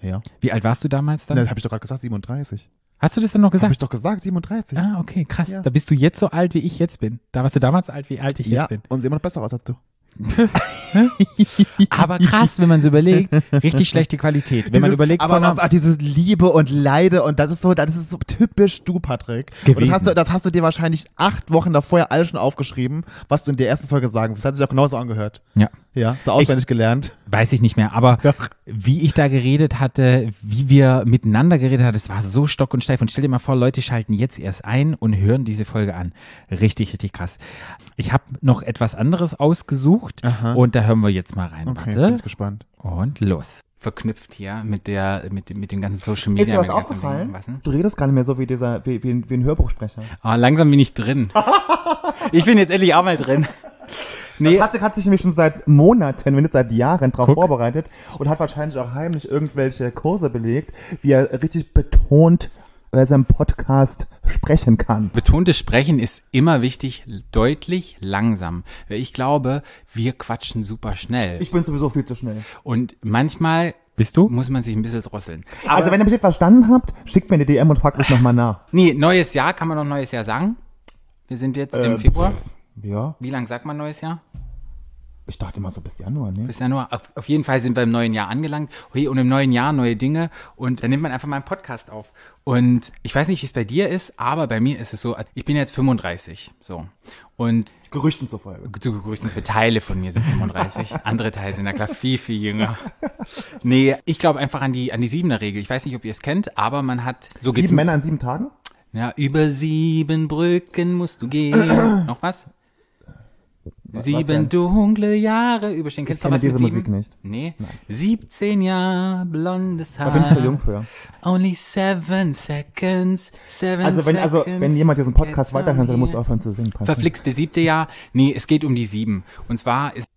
[SPEAKER 2] Ja.
[SPEAKER 1] Wie alt warst du damals dann?
[SPEAKER 2] Ne. Das habe ich doch gerade gesagt, 37.
[SPEAKER 5] Hast du das dann noch
[SPEAKER 2] Habe
[SPEAKER 5] gesagt?
[SPEAKER 2] ich doch gesagt, 37.
[SPEAKER 5] Ah, okay, krass.
[SPEAKER 2] Ja.
[SPEAKER 5] Da bist du jetzt so alt, wie ich jetzt bin. Da warst du damals alt, wie alt ich
[SPEAKER 2] ja,
[SPEAKER 5] jetzt bin.
[SPEAKER 2] und sehen wir noch besser aus als du.
[SPEAKER 5] Aber krass, wenn man so überlegt, richtig schlechte Qualität. Wenn man
[SPEAKER 2] Dieses-
[SPEAKER 5] überlegt,
[SPEAKER 2] aber,
[SPEAKER 5] von einer-
[SPEAKER 2] aber dieses Liebe und Leide und das ist so, das ist so typisch du, Patrick. Und
[SPEAKER 5] Gewesen.
[SPEAKER 2] das hast du, das hast du dir wahrscheinlich acht Wochen davor ja alles schon aufgeschrieben, was du in der ersten Folge sagen willst. Das hat sich doch genauso angehört.
[SPEAKER 5] ja,
[SPEAKER 2] Ja, so auswendig gelernt.
[SPEAKER 5] weiß ich nicht mehr, aber wie ich da geredet hatte, wie wir miteinander geredet hatten, es war so stock und steif. Und stell dir mal vor, Leute schalten jetzt erst ein und hören diese Folge an. Richtig, richtig krass. Ich habe noch etwas anderes ausgesucht und da hören wir jetzt mal rein.
[SPEAKER 2] Okay, jetzt bin
[SPEAKER 5] Warte.
[SPEAKER 2] ich gespannt.
[SPEAKER 5] Und los.
[SPEAKER 1] Verknüpft hier mit der, mit, dem- mit dem ganzen Social
[SPEAKER 4] Ist
[SPEAKER 1] Media.
[SPEAKER 4] dir
[SPEAKER 1] mit
[SPEAKER 4] was
[SPEAKER 1] den ganzen
[SPEAKER 4] aufgefallen?
[SPEAKER 1] Dingen, was denn?
[SPEAKER 4] Du redest gar nicht mehr so wie dieser, wie, wie, ein- wie ein Hörbuchsprecher.
[SPEAKER 1] Ah, langsam bin ich drin. ich bin jetzt endlich auch mal drin. Nee,
[SPEAKER 4] Patrick hat sich nämlich schon seit Monaten, wenn nicht seit Jahren, darauf
[SPEAKER 5] Guck.
[SPEAKER 4] vorbereitet und hat wahrscheinlich auch heimlich irgendwelche Kurse belegt, wie er richtig betont bei seinem Podcast sprechen kann.
[SPEAKER 1] Betontes Sprechen ist immer wichtig, deutlich langsam. Weil Ich glaube, wir quatschen super schnell.
[SPEAKER 4] Ich bin sowieso viel zu schnell.
[SPEAKER 1] Und manchmal
[SPEAKER 5] Bist du?
[SPEAKER 1] muss man sich ein bisschen drosseln.
[SPEAKER 4] also wenn ihr mich nicht verstanden habt, schickt mir eine DM und fragt mich nochmal nach.
[SPEAKER 1] Nee, neues Jahr, kann man noch neues Jahr sagen? Wir sind jetzt im
[SPEAKER 4] Äh,
[SPEAKER 1] Februar.
[SPEAKER 4] Ja,
[SPEAKER 1] Wie lang sagt man neues Jahr?
[SPEAKER 4] ich dachte immer so bis Januar, ne?
[SPEAKER 1] Bis Januar. Auf, auf jeden Fall sind wir im neuen Jahr angelangt. Hui, und im neuen Jahr neue Dinge. Und dann nimmt man einfach mal einen Podcast auf. Und ich weiß nicht, wie es bei dir ist, aber bei mir ist es so, ich bin jetzt 35. So. Und
[SPEAKER 4] Gerüchten zufolge.
[SPEAKER 1] zu Gerüchten für Teile von mir sind 35. Andere Teile sind na klar viel, viel jünger. Nee, ich glaube einfach an die, an die siebener Regel. Ich weiß nicht, ob ihr es kennt, aber man hat, so geht's
[SPEAKER 4] Sieben Männer in sieben Tagen?
[SPEAKER 1] Ja, über sieben Brücken musst du gehen. Noch was? Sieben
[SPEAKER 4] denn?
[SPEAKER 1] dunkle Jahre überstehen. Kennst du
[SPEAKER 4] kenne
[SPEAKER 1] was mit
[SPEAKER 4] diese
[SPEAKER 1] sieben?
[SPEAKER 4] Musik nicht.
[SPEAKER 1] Nee. 17 Jahre blondes Haar.
[SPEAKER 4] Da bin ich zu jung für.
[SPEAKER 1] Only seven seconds. Seven
[SPEAKER 4] Also wenn, also,
[SPEAKER 1] seconds.
[SPEAKER 4] wenn jemand diesen Podcast
[SPEAKER 1] Jetzt
[SPEAKER 4] weiterhört, dann
[SPEAKER 1] haben
[SPEAKER 4] musst du
[SPEAKER 1] wir-
[SPEAKER 4] aufhören zu singen. Patrick.
[SPEAKER 1] Verflixte siebte Jahr. Nee, es geht um die sieben. Und zwar ist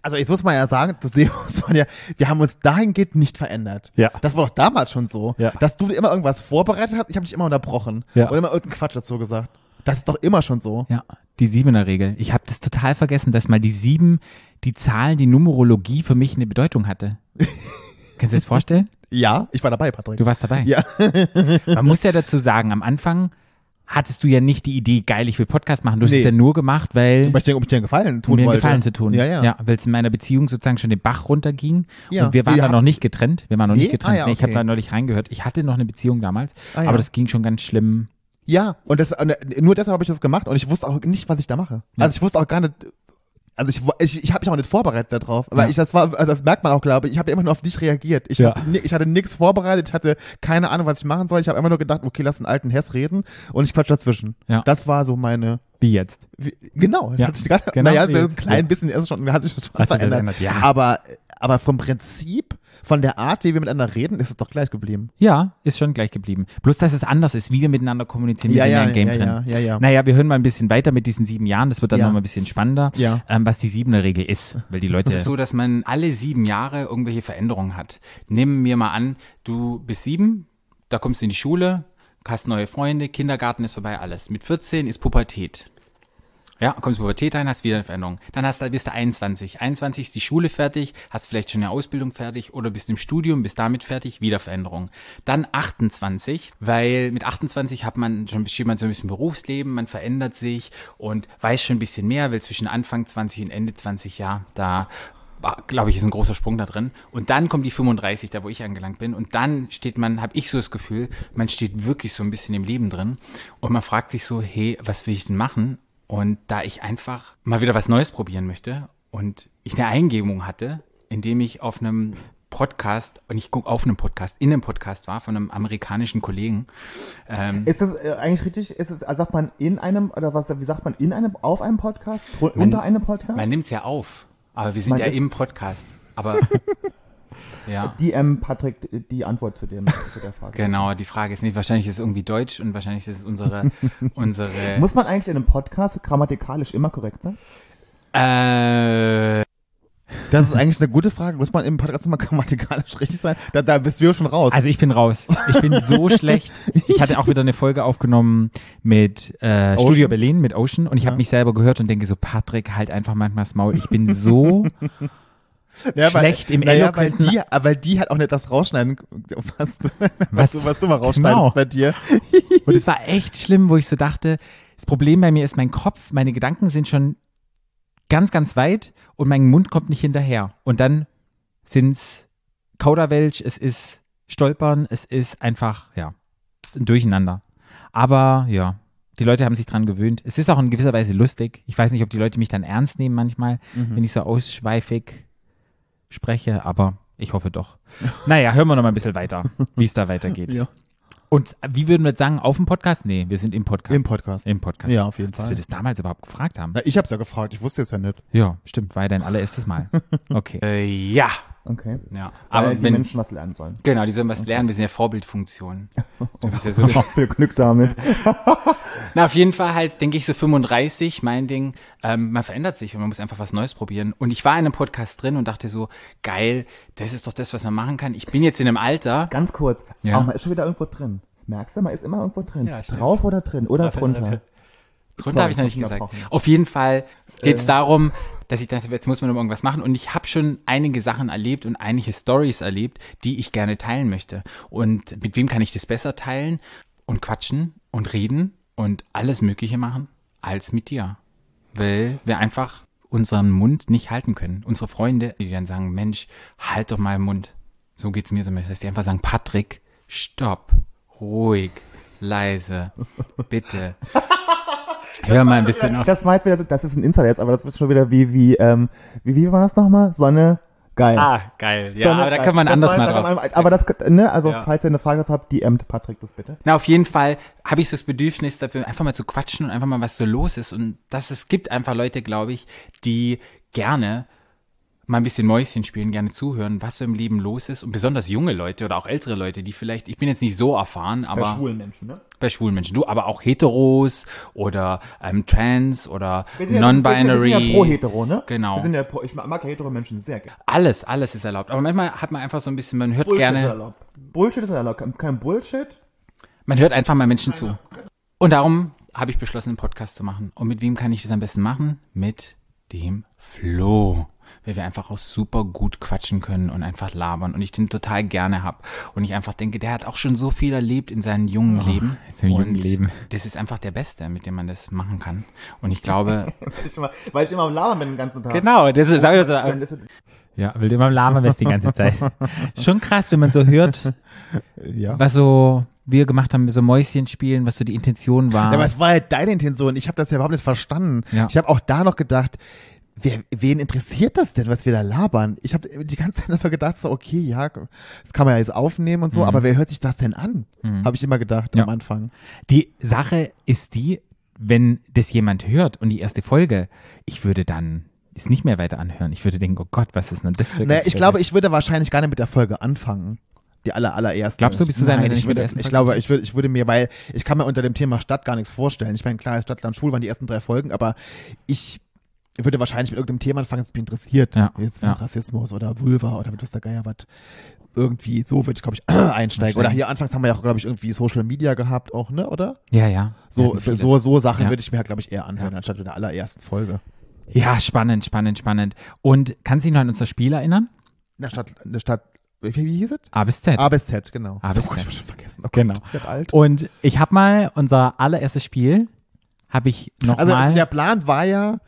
[SPEAKER 2] Also jetzt muss man ja sagen, das muss man ja, wir haben uns dahingehend nicht verändert.
[SPEAKER 5] Ja.
[SPEAKER 2] Das war doch damals schon so,
[SPEAKER 5] Ja.
[SPEAKER 2] dass du immer irgendwas vorbereitet hast, ich habe dich immer unterbrochen
[SPEAKER 5] Ja.
[SPEAKER 2] und immer irgendeinen Quatsch dazu gesagt. Das ist doch immer schon so.
[SPEAKER 5] Ja, die siebener Regel. Ich habe das total vergessen, dass mal die sieben, die Zahl, die Numerologie für mich eine Bedeutung hatte. Kannst du dir das vorstellen?
[SPEAKER 2] Ja, ich war dabei, Patrick.
[SPEAKER 5] Du warst dabei.
[SPEAKER 2] Ja.
[SPEAKER 5] Man muss ja dazu sagen, am Anfang hattest du ja nicht die Idee, geil, ich will Podcast machen. Du hast
[SPEAKER 2] Nee.
[SPEAKER 5] es ja nur gemacht, weil
[SPEAKER 2] Aber ich denke, ob ich dir einen Gefallen tun
[SPEAKER 5] mir einen
[SPEAKER 2] wollte.
[SPEAKER 5] Gefallen zu tun.
[SPEAKER 2] Ja, ja.
[SPEAKER 5] weil es in meiner Beziehung sozusagen schon den Bach runterging.
[SPEAKER 2] Ja.
[SPEAKER 5] Und wir waren
[SPEAKER 2] Ihr
[SPEAKER 5] da
[SPEAKER 2] habt-
[SPEAKER 5] noch nicht getrennt. Wir waren noch
[SPEAKER 2] Nee?
[SPEAKER 5] nicht getrennt.
[SPEAKER 2] Ah, ja,
[SPEAKER 5] Nee, Ich habe
[SPEAKER 2] okay.
[SPEAKER 5] da neulich reingehört. Ich hatte noch eine Beziehung damals,
[SPEAKER 2] Ah, ja.
[SPEAKER 5] aber das ging schon ganz schlimm.
[SPEAKER 2] Ja, und das, und äh, nur deshalb habe ich das gemacht und ich wusste auch nicht, was ich da mache. Also ich wusste auch gar nicht, also ich, wo- ich, ich habe mich auch nicht vorbereitet darauf, weil
[SPEAKER 5] Ja.
[SPEAKER 2] ich das war, also das merkt man auch, glaube ich, ich habe immer nur auf dich reagiert. Ich,
[SPEAKER 5] Ja.
[SPEAKER 2] hab ni- ich hatte nichts vorbereitet, ich hatte keine Ahnung, was ich machen soll. Ich habe immer nur gedacht, okay, lass den alten Hess reden und ich quatsch dazwischen.
[SPEAKER 5] Ja.
[SPEAKER 2] Das war so meine,
[SPEAKER 5] Wie jetzt?
[SPEAKER 2] wie- genau, das
[SPEAKER 5] Ja,
[SPEAKER 2] hat sich gerade,
[SPEAKER 5] genau,
[SPEAKER 2] naja, so ein
[SPEAKER 5] jetzt.
[SPEAKER 2] klein
[SPEAKER 5] Ja.
[SPEAKER 2] bisschen ist es schon, hat sich das schon
[SPEAKER 5] Hat sich das
[SPEAKER 2] verändert.
[SPEAKER 5] verändert, ja.
[SPEAKER 2] Aber, aber vom Prinzip, von der Art, wie wir miteinander reden, ist es doch gleich geblieben.
[SPEAKER 5] Ja, ist schon gleich geblieben. Bloß, dass es anders ist, wie wir miteinander kommunizieren. Wir
[SPEAKER 2] Ja,
[SPEAKER 5] sind ja
[SPEAKER 2] ja,
[SPEAKER 5] im Game
[SPEAKER 2] ja,
[SPEAKER 5] drin.
[SPEAKER 2] ja, ja, ja.
[SPEAKER 5] Naja, wir hören mal ein bisschen weiter mit diesen sieben Jahren. Das wird dann
[SPEAKER 2] Ja.
[SPEAKER 5] nochmal ein bisschen spannender,
[SPEAKER 2] Ja.
[SPEAKER 5] ähm, was die siebener Regel ist. Weil die Leute.
[SPEAKER 1] so, dass man alle sieben Jahre irgendwelche Veränderungen hat. Nehmen wir mal an, du bist sieben, da kommst du in die Schule, hast neue Freunde, Kindergarten ist vorbei, alles. Mit 14 ist Pubertät. Ja, kommst in die Pubertät rein, hast wieder eine Veränderung. Dann hast, du- bist du 21. 21 ist die Schule fertig, hast vielleicht schon eine Ausbildung fertig oder bist im Studium, bist damit fertig, wieder Veränderung. Dann 28, weil mit 28 hat man schon besteht man so ein bisschen Berufsleben, man verändert sich und weiß schon ein bisschen mehr, weil zwischen Anfang 20 und Ende 20, ja, da glaube ich, ist ein großer Sprung da drin. Und dann kommt die 35, da wo ich angelangt bin. Und dann steht man, habe ich so das Gefühl, man steht wirklich so ein bisschen im Leben drin. Und man fragt sich so, hey, was will ich denn machen? Und da ich einfach mal wieder was Neues probieren möchte und ich eine Eingebung hatte, indem ich auf einem Podcast, und ich gucke auf einem Podcast, in einem Podcast war von einem amerikanischen Kollegen,
[SPEAKER 4] Ist das äh, eigentlich richtig? Ist es, also sagt man in einem, oder was, wie sagt man, in einem, auf einem Podcast? Dr- unter einem Podcast?
[SPEAKER 1] man nimmt's ja auf, aber wir sind
[SPEAKER 4] Man
[SPEAKER 1] ja
[SPEAKER 4] ist-
[SPEAKER 1] im Podcast. Aber ja.
[SPEAKER 4] DM, ähm, Patrick, die Antwort zu, dem, zu der Frage.
[SPEAKER 1] Genau, die Frage ist nicht, wahrscheinlich ist es irgendwie Deutsch und wahrscheinlich ist es unsere, unsere,
[SPEAKER 4] Muss man eigentlich in einem Podcast grammatikalisch immer korrekt sein?
[SPEAKER 1] äh,
[SPEAKER 2] Das ist eigentlich eine gute Frage. Muss man im Podcast immer grammatikalisch richtig sein? Da, da bist du ja schon raus.
[SPEAKER 5] Also ich bin raus. Ich bin so schlecht. Ich hatte auch wieder eine Folge aufgenommen mit äh, Studio Berlin, mit Ocean und ich habe mich selber gehört und denke so, Patrick, halt einfach manchmal das Maul. Ich bin so
[SPEAKER 2] Ja, weil-
[SPEAKER 1] Schlecht im
[SPEAKER 2] naja, weil
[SPEAKER 1] eloquenten-
[SPEAKER 2] die, weil die hat auch nicht das rausschneiden, was du, was,
[SPEAKER 1] Was?
[SPEAKER 2] du, was du mal rausschneidest
[SPEAKER 1] Genau.
[SPEAKER 2] bei dir.
[SPEAKER 1] Und es war echt schlimm, wo ich so dachte, das Problem bei mir ist mein Kopf, meine Gedanken sind schon ganz, ganz weit und mein Mund kommt nicht hinterher. Und dann sind's Kauderwelsch, es ist Stolpern, es ist einfach, ja, ein Durcheinander. Aber ja, die Leute haben sich dran gewöhnt. Es ist auch in gewisser Weise lustig. Ich weiß nicht, ob die Leute mich dann ernst nehmen manchmal, wenn ich so ausschweifig spreche, aber ich hoffe doch. Naja, hören wir noch mal ein bisschen weiter, wie es da weitergeht.
[SPEAKER 2] Ja.
[SPEAKER 1] Und wie würden wir jetzt sagen, auf dem Podcast? Nee, wir sind im Podcast.
[SPEAKER 2] Im Podcast.
[SPEAKER 1] Im Podcast.
[SPEAKER 2] Ja, auf jeden
[SPEAKER 1] Dass
[SPEAKER 2] Fall.
[SPEAKER 1] wir das damals überhaupt gefragt haben.
[SPEAKER 2] Na, ich hab's ja gefragt, ich wusste es ja nicht.
[SPEAKER 1] Ja, stimmt, war ja dein allererstes Mal. Okay.
[SPEAKER 3] Äh, ja.
[SPEAKER 4] Okay.
[SPEAKER 3] ja.
[SPEAKER 4] Aber
[SPEAKER 3] Aber
[SPEAKER 4] die
[SPEAKER 3] wenn,
[SPEAKER 4] Menschen was lernen sollen.
[SPEAKER 3] genau, die sollen was lernen. Wir sind ja Vorbildfunktion. Du bist ja
[SPEAKER 2] Oh.
[SPEAKER 3] so,
[SPEAKER 4] Viel Glück damit.
[SPEAKER 3] na, auf jeden Fall halt, denke ich, so 35, mein Ding. Ähm, man verändert sich und man muss einfach was Neues probieren. Und ich war in einem Podcast drin und dachte so, geil, das ist doch das, was man machen kann. Ich bin jetzt in einem Alter.
[SPEAKER 4] Ganz kurz.
[SPEAKER 3] Ja.
[SPEAKER 4] Ja. man ist schon wieder irgendwo drin. Merkst du, man ist immer irgendwo drin.
[SPEAKER 3] Ja, stimmt.
[SPEAKER 4] Drauf oder drin oder drunter.
[SPEAKER 3] Drunter habe ich noch
[SPEAKER 4] Sorry,
[SPEAKER 3] nicht
[SPEAKER 4] ich muss
[SPEAKER 3] gesagt.
[SPEAKER 4] unterbrochen Ähm. jetzt.
[SPEAKER 3] Auf jeden Fall geht es darum, dass ich dachte, jetzt muss man noch irgendwas machen. Und ich habe schon einige Sachen erlebt und einige Stories erlebt, die ich gerne teilen möchte. Und mit wem kann ich das besser teilen und quatschen und reden und alles Mögliche machen als mit dir? Weil wir einfach unseren Mund nicht halten können. Unsere Freunde, die dann sagen, Mensch, halt doch mal den Mund. So geht's mir zumindest. Dass die einfach sagen, Patrick, stopp, ruhig, leise, bitte. Hör mal ein bisschen auf.
[SPEAKER 4] Das war jetzt wieder, so- das ist ein Insider jetzt, aber das ist schon wieder wie, wie, ähm, wie, wie war es nochmal? Sonne, geil.
[SPEAKER 3] Ah, geil. Ja,
[SPEAKER 4] Sonne,
[SPEAKER 3] aber da
[SPEAKER 4] geil.
[SPEAKER 3] kann man
[SPEAKER 4] Das
[SPEAKER 3] anders
[SPEAKER 4] war-
[SPEAKER 3] mal
[SPEAKER 4] da kann
[SPEAKER 3] drauf.
[SPEAKER 4] man- Aber das, ne, also,
[SPEAKER 3] Ja.
[SPEAKER 4] falls ihr eine Frage dazu habt, DMt Patrick das bitte.
[SPEAKER 3] Na, auf jeden Fall habe ich so das Bedürfnis dafür, einfach mal zu quatschen und einfach mal, was so los ist. Und dass es gibt einfach Leute, glaube ich, die gerne mal ein bisschen Mäuschen spielen, gerne zuhören, was so im Leben los ist. Und besonders junge Leute oder auch ältere Leute, die vielleicht, ich bin jetzt nicht so erfahren, aber
[SPEAKER 4] Menschen, ne?
[SPEAKER 3] bei schwulen Menschen, du, aber auch Heteros oder ähm, Trans oder
[SPEAKER 4] Wir sind ja- Wir sind ja- wir sind ja pro
[SPEAKER 3] Non-Binary.
[SPEAKER 4] hetero, ne?
[SPEAKER 3] Genau.
[SPEAKER 4] Wir sind ja pro, ich mag mag ja hetero Menschen sehr gerne.
[SPEAKER 3] alles, alles ist erlaubt. Aber manchmal hat man einfach so ein bisschen, man hört
[SPEAKER 4] Bullshit also. ist
[SPEAKER 3] gerne.
[SPEAKER 4] erlaubt. Bullshit ist erlaubt. Kein- Kein Bullshit.
[SPEAKER 3] Man hört einfach mal Menschen zu. Und darum habe ich beschlossen, einen Podcast zu machen. Und mit wem kann ich das am besten machen? Mit dem Flo. Weil wir einfach auch super gut quatschen können und einfach labern. Und ich den total gerne habe. Und ich einfach denke, der hat auch schon so viel erlebt in seinem jungen Leben.
[SPEAKER 1] Oh, in seinem jungen
[SPEAKER 3] Und
[SPEAKER 1] Leben.
[SPEAKER 3] Das ist einfach der Beste, mit dem man das machen kann. Und ich glaube.
[SPEAKER 4] Ich immer, weil ich immer am Labern bin den ganzen Tag.
[SPEAKER 3] genau, das ist, sag ich so,
[SPEAKER 4] Dann ist es-
[SPEAKER 1] Ja, weil du immer im Lama bist die ganze Zeit. Schon krass, wenn man so hört,
[SPEAKER 2] Ja.
[SPEAKER 1] was so wir gemacht haben, so Mäuschen spielen, was so die Intention war.
[SPEAKER 2] Ja, aber es war halt deine Intention. Ich habe das ja überhaupt nicht verstanden.
[SPEAKER 1] Ah. Ja.
[SPEAKER 2] Ich habe auch da noch gedacht, wer, wen interessiert das denn, was wir da labern? Ich habe die ganze Zeit immer gedacht, so, okay, ja, das kann man ja jetzt aufnehmen und so, aber wer hört sich das denn an? Habe ich immer gedacht
[SPEAKER 1] Mhm. Ja.
[SPEAKER 2] am Anfang.
[SPEAKER 1] Die Sache ist die, wenn das jemand hört und die erste Folge, ich würde dann es nicht mehr weiter anhören. Ich würde denken, oh Gott, was ist denn das für ein
[SPEAKER 2] Naja, ich glaube, ich würde wahrscheinlich gar nicht mit der Folge anfangen. Die aller, allererste.
[SPEAKER 1] Glaubst du, bist du da
[SPEAKER 2] Nein,
[SPEAKER 1] nicht
[SPEAKER 2] ich,
[SPEAKER 1] mit der
[SPEAKER 2] würde,
[SPEAKER 1] ersten
[SPEAKER 2] ich
[SPEAKER 1] Folge?
[SPEAKER 2] glaube, ich würde, ich würde mir, weil ich kann mir unter dem Thema Stadt gar nichts vorstellen. Ich meine, klar, Stadt, Land, Schul waren die ersten drei Folgen, aber ich würde wahrscheinlich mit irgendeinem Thema anfangen, das mich interessiert.
[SPEAKER 1] Ja,
[SPEAKER 2] Jetzt
[SPEAKER 1] ja.
[SPEAKER 2] mit Rassismus oder Vulva oder mit was der Geier was. Irgendwie, so würde ich, glaube ich, einsteigen. Oder hier anfangs haben wir ja auch, glaube ich, irgendwie Social Media gehabt auch, ne, oder?
[SPEAKER 1] Ja, ja.
[SPEAKER 2] So,
[SPEAKER 1] Wir hatten
[SPEAKER 2] so,
[SPEAKER 1] vieles.
[SPEAKER 2] so Sachen
[SPEAKER 1] Ja.
[SPEAKER 2] würde ich mir, glaube ich, eher anhören, anstatt mit der allerersten Folge.
[SPEAKER 1] Ja, spannend, spannend, spannend. Und kannst du dich noch an unser Spiel erinnern?
[SPEAKER 2] In der Stadt, in der Stadt, wie wie hieß es?
[SPEAKER 1] A bis Z.
[SPEAKER 2] A bis Z, genau.
[SPEAKER 1] A bis
[SPEAKER 2] so, ich
[SPEAKER 1] Z.
[SPEAKER 2] hab schon vergessen. Oh Gott,
[SPEAKER 1] Genau.
[SPEAKER 2] ich werd alt.
[SPEAKER 1] Und ich habe mal unser allererstes Spiel, habe ich noch
[SPEAKER 2] Also,
[SPEAKER 1] mal.
[SPEAKER 2] also der Plan war ja,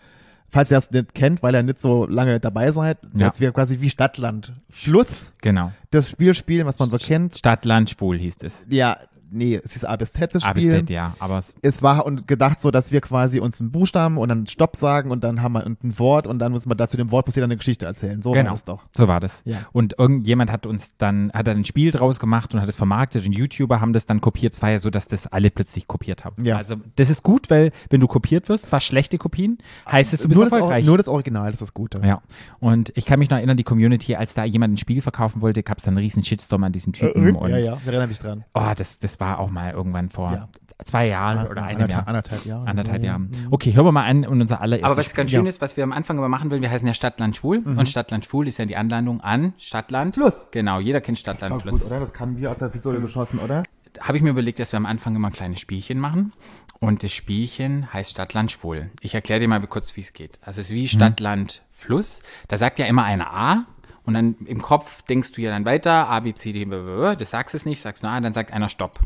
[SPEAKER 2] falls ihr das nicht kennt, weil ihr nicht so lange dabei seid,
[SPEAKER 1] Ja.
[SPEAKER 2] dass wir quasi wie Stadtland Schluss
[SPEAKER 1] genau.
[SPEAKER 2] das Spiel spielen, was man so kennt.
[SPEAKER 1] Stadt, Land, Schwul hieß es.
[SPEAKER 2] Ja, nee, es ist A bis Z das
[SPEAKER 1] A bis
[SPEAKER 2] Spiel.
[SPEAKER 1] Z, ja. Aber es,
[SPEAKER 2] Es war und gedacht so, dass wir quasi uns einen Buchstaben und dann Stopp sagen und dann haben wir ein Wort und dann muss man dazu dem Wort muss jeder eine Geschichte erzählen. So war
[SPEAKER 1] genau.
[SPEAKER 2] das doch.
[SPEAKER 1] So war das.
[SPEAKER 2] Ja.
[SPEAKER 1] Und irgendjemand hat uns dann, hat dann ein Spiel draus gemacht und hat es vermarktet und YouTuber haben das dann kopiert. Es war ja so, dass das alle plötzlich kopiert haben.
[SPEAKER 2] Ja.
[SPEAKER 1] Also das ist gut, weil wenn du kopiert wirst, zwar schlechte Kopien, heißt es, du bist
[SPEAKER 2] nur, das, Or-
[SPEAKER 1] erfolgreich.
[SPEAKER 2] nur das Original ist das Gute.
[SPEAKER 1] Ja, und ich kann mich noch erinnern, die Community, als da jemand ein Spiel verkaufen wollte, gab es dann einen riesen Shitstorm an diesen Typen. und
[SPEAKER 2] Äh, ja, ja, da erinnere mich dran.
[SPEAKER 1] Oh, das, das war auch mal irgendwann vor
[SPEAKER 2] Ja.
[SPEAKER 1] zwei Jahren oder einem
[SPEAKER 2] anderthalb,
[SPEAKER 1] Jahr.
[SPEAKER 2] anderthalb Jahre. Mhm. oder
[SPEAKER 1] Anderthalb
[SPEAKER 2] so, ja.
[SPEAKER 1] Jahren. Okay, hören wir mal an und unser allererstes Mhm.
[SPEAKER 3] Aber was ganz schön ist, was wir am Anfang immer machen würden, wir heißen ja Stadtland Schwul. Und Stadtland Schwul ist ja die Anlandung an Stadtland.
[SPEAKER 4] Fluss.
[SPEAKER 3] Genau, jeder kennt
[SPEAKER 4] War
[SPEAKER 3] Stadtland
[SPEAKER 4] gut,
[SPEAKER 3] Fluss.
[SPEAKER 4] oder? Das kamen wir aus der Pistole geschossen, oder?
[SPEAKER 3] habe ich mir überlegt, dass wir am Anfang immer ein kleines Spielchen machen. Und das Spielchen heißt Stadtland Schwul. Ich erkläre dir mal kurz, wie es geht. Also es ist wie Stadtland Fluss. Da sagt ja immer eine A. Und dann im Kopf denkst du ja dann weiter, A, B, C, D, B, B, B. Das sagst es nicht, sagst nur A, dann sagt einer Stopp.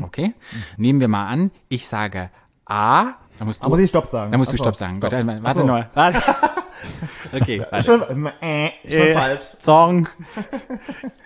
[SPEAKER 3] Okay? Nehmen wir mal an, ich sage A, dann musst du,
[SPEAKER 4] muss ich Stopp sagen.
[SPEAKER 3] dann musst du
[SPEAKER 4] Achso,
[SPEAKER 3] Stopp sagen.
[SPEAKER 4] Stopp.
[SPEAKER 3] Gott, warte,
[SPEAKER 4] Achso.
[SPEAKER 3] warte mal. Warte. Okay, warte.
[SPEAKER 4] Schon, ähm, äh, schon
[SPEAKER 3] Äh,
[SPEAKER 4] falsch.
[SPEAKER 3] Song.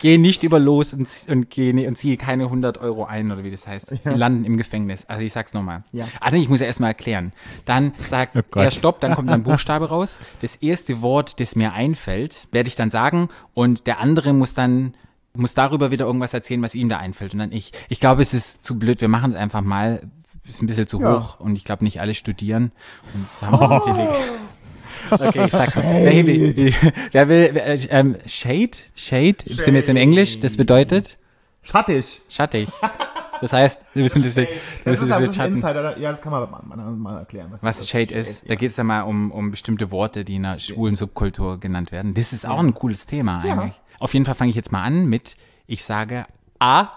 [SPEAKER 3] geh nicht über los und, z- und, geh, ne- und ziehe keine 100 Euro ein oder wie das heißt. Die landen im Gefängnis. Also ich sag's nochmal.
[SPEAKER 4] Ja. Oh
[SPEAKER 3] Ah, nee, ich muss ja erstmal erklären. Dann sagt er Stopp, dann kommt ein Buchstabe raus. Das erste Wort, das mir einfällt, werde ich dann sagen und der andere muss dann muss darüber wieder irgendwas erzählen, was ihm da einfällt und dann ich. Ich glaube, es ist zu blöd. Wir machen es einfach mal. Ist ein bisschen zu
[SPEAKER 4] Ja.
[SPEAKER 3] hoch und ich glaube nicht alle studieren. Und das haben wir nicht gelegt. Okay, ich sag's mal. Wer, will- wer will, wer, äh, ähm, Shade? Shade? Sind wir jetzt in Englisch? Das bedeutet
[SPEAKER 4] Schattig.
[SPEAKER 3] schattig. Das heißt, wir müssen diese,
[SPEAKER 4] Das,
[SPEAKER 3] müssen
[SPEAKER 4] ist
[SPEAKER 3] diese
[SPEAKER 4] ein bisschen
[SPEAKER 3] Schatten.
[SPEAKER 4] Insider. oder? Ja, das kann man mal, mal, mal erklären.
[SPEAKER 3] Was Shade ist, da geht's ja mal um, um bestimmte Worte, die in der schwulen Subkultur genannt werden. Das ist auch ein cooles Thema eigentlich. Auf jeden Fall fange ich jetzt mal an mit, ich sage A,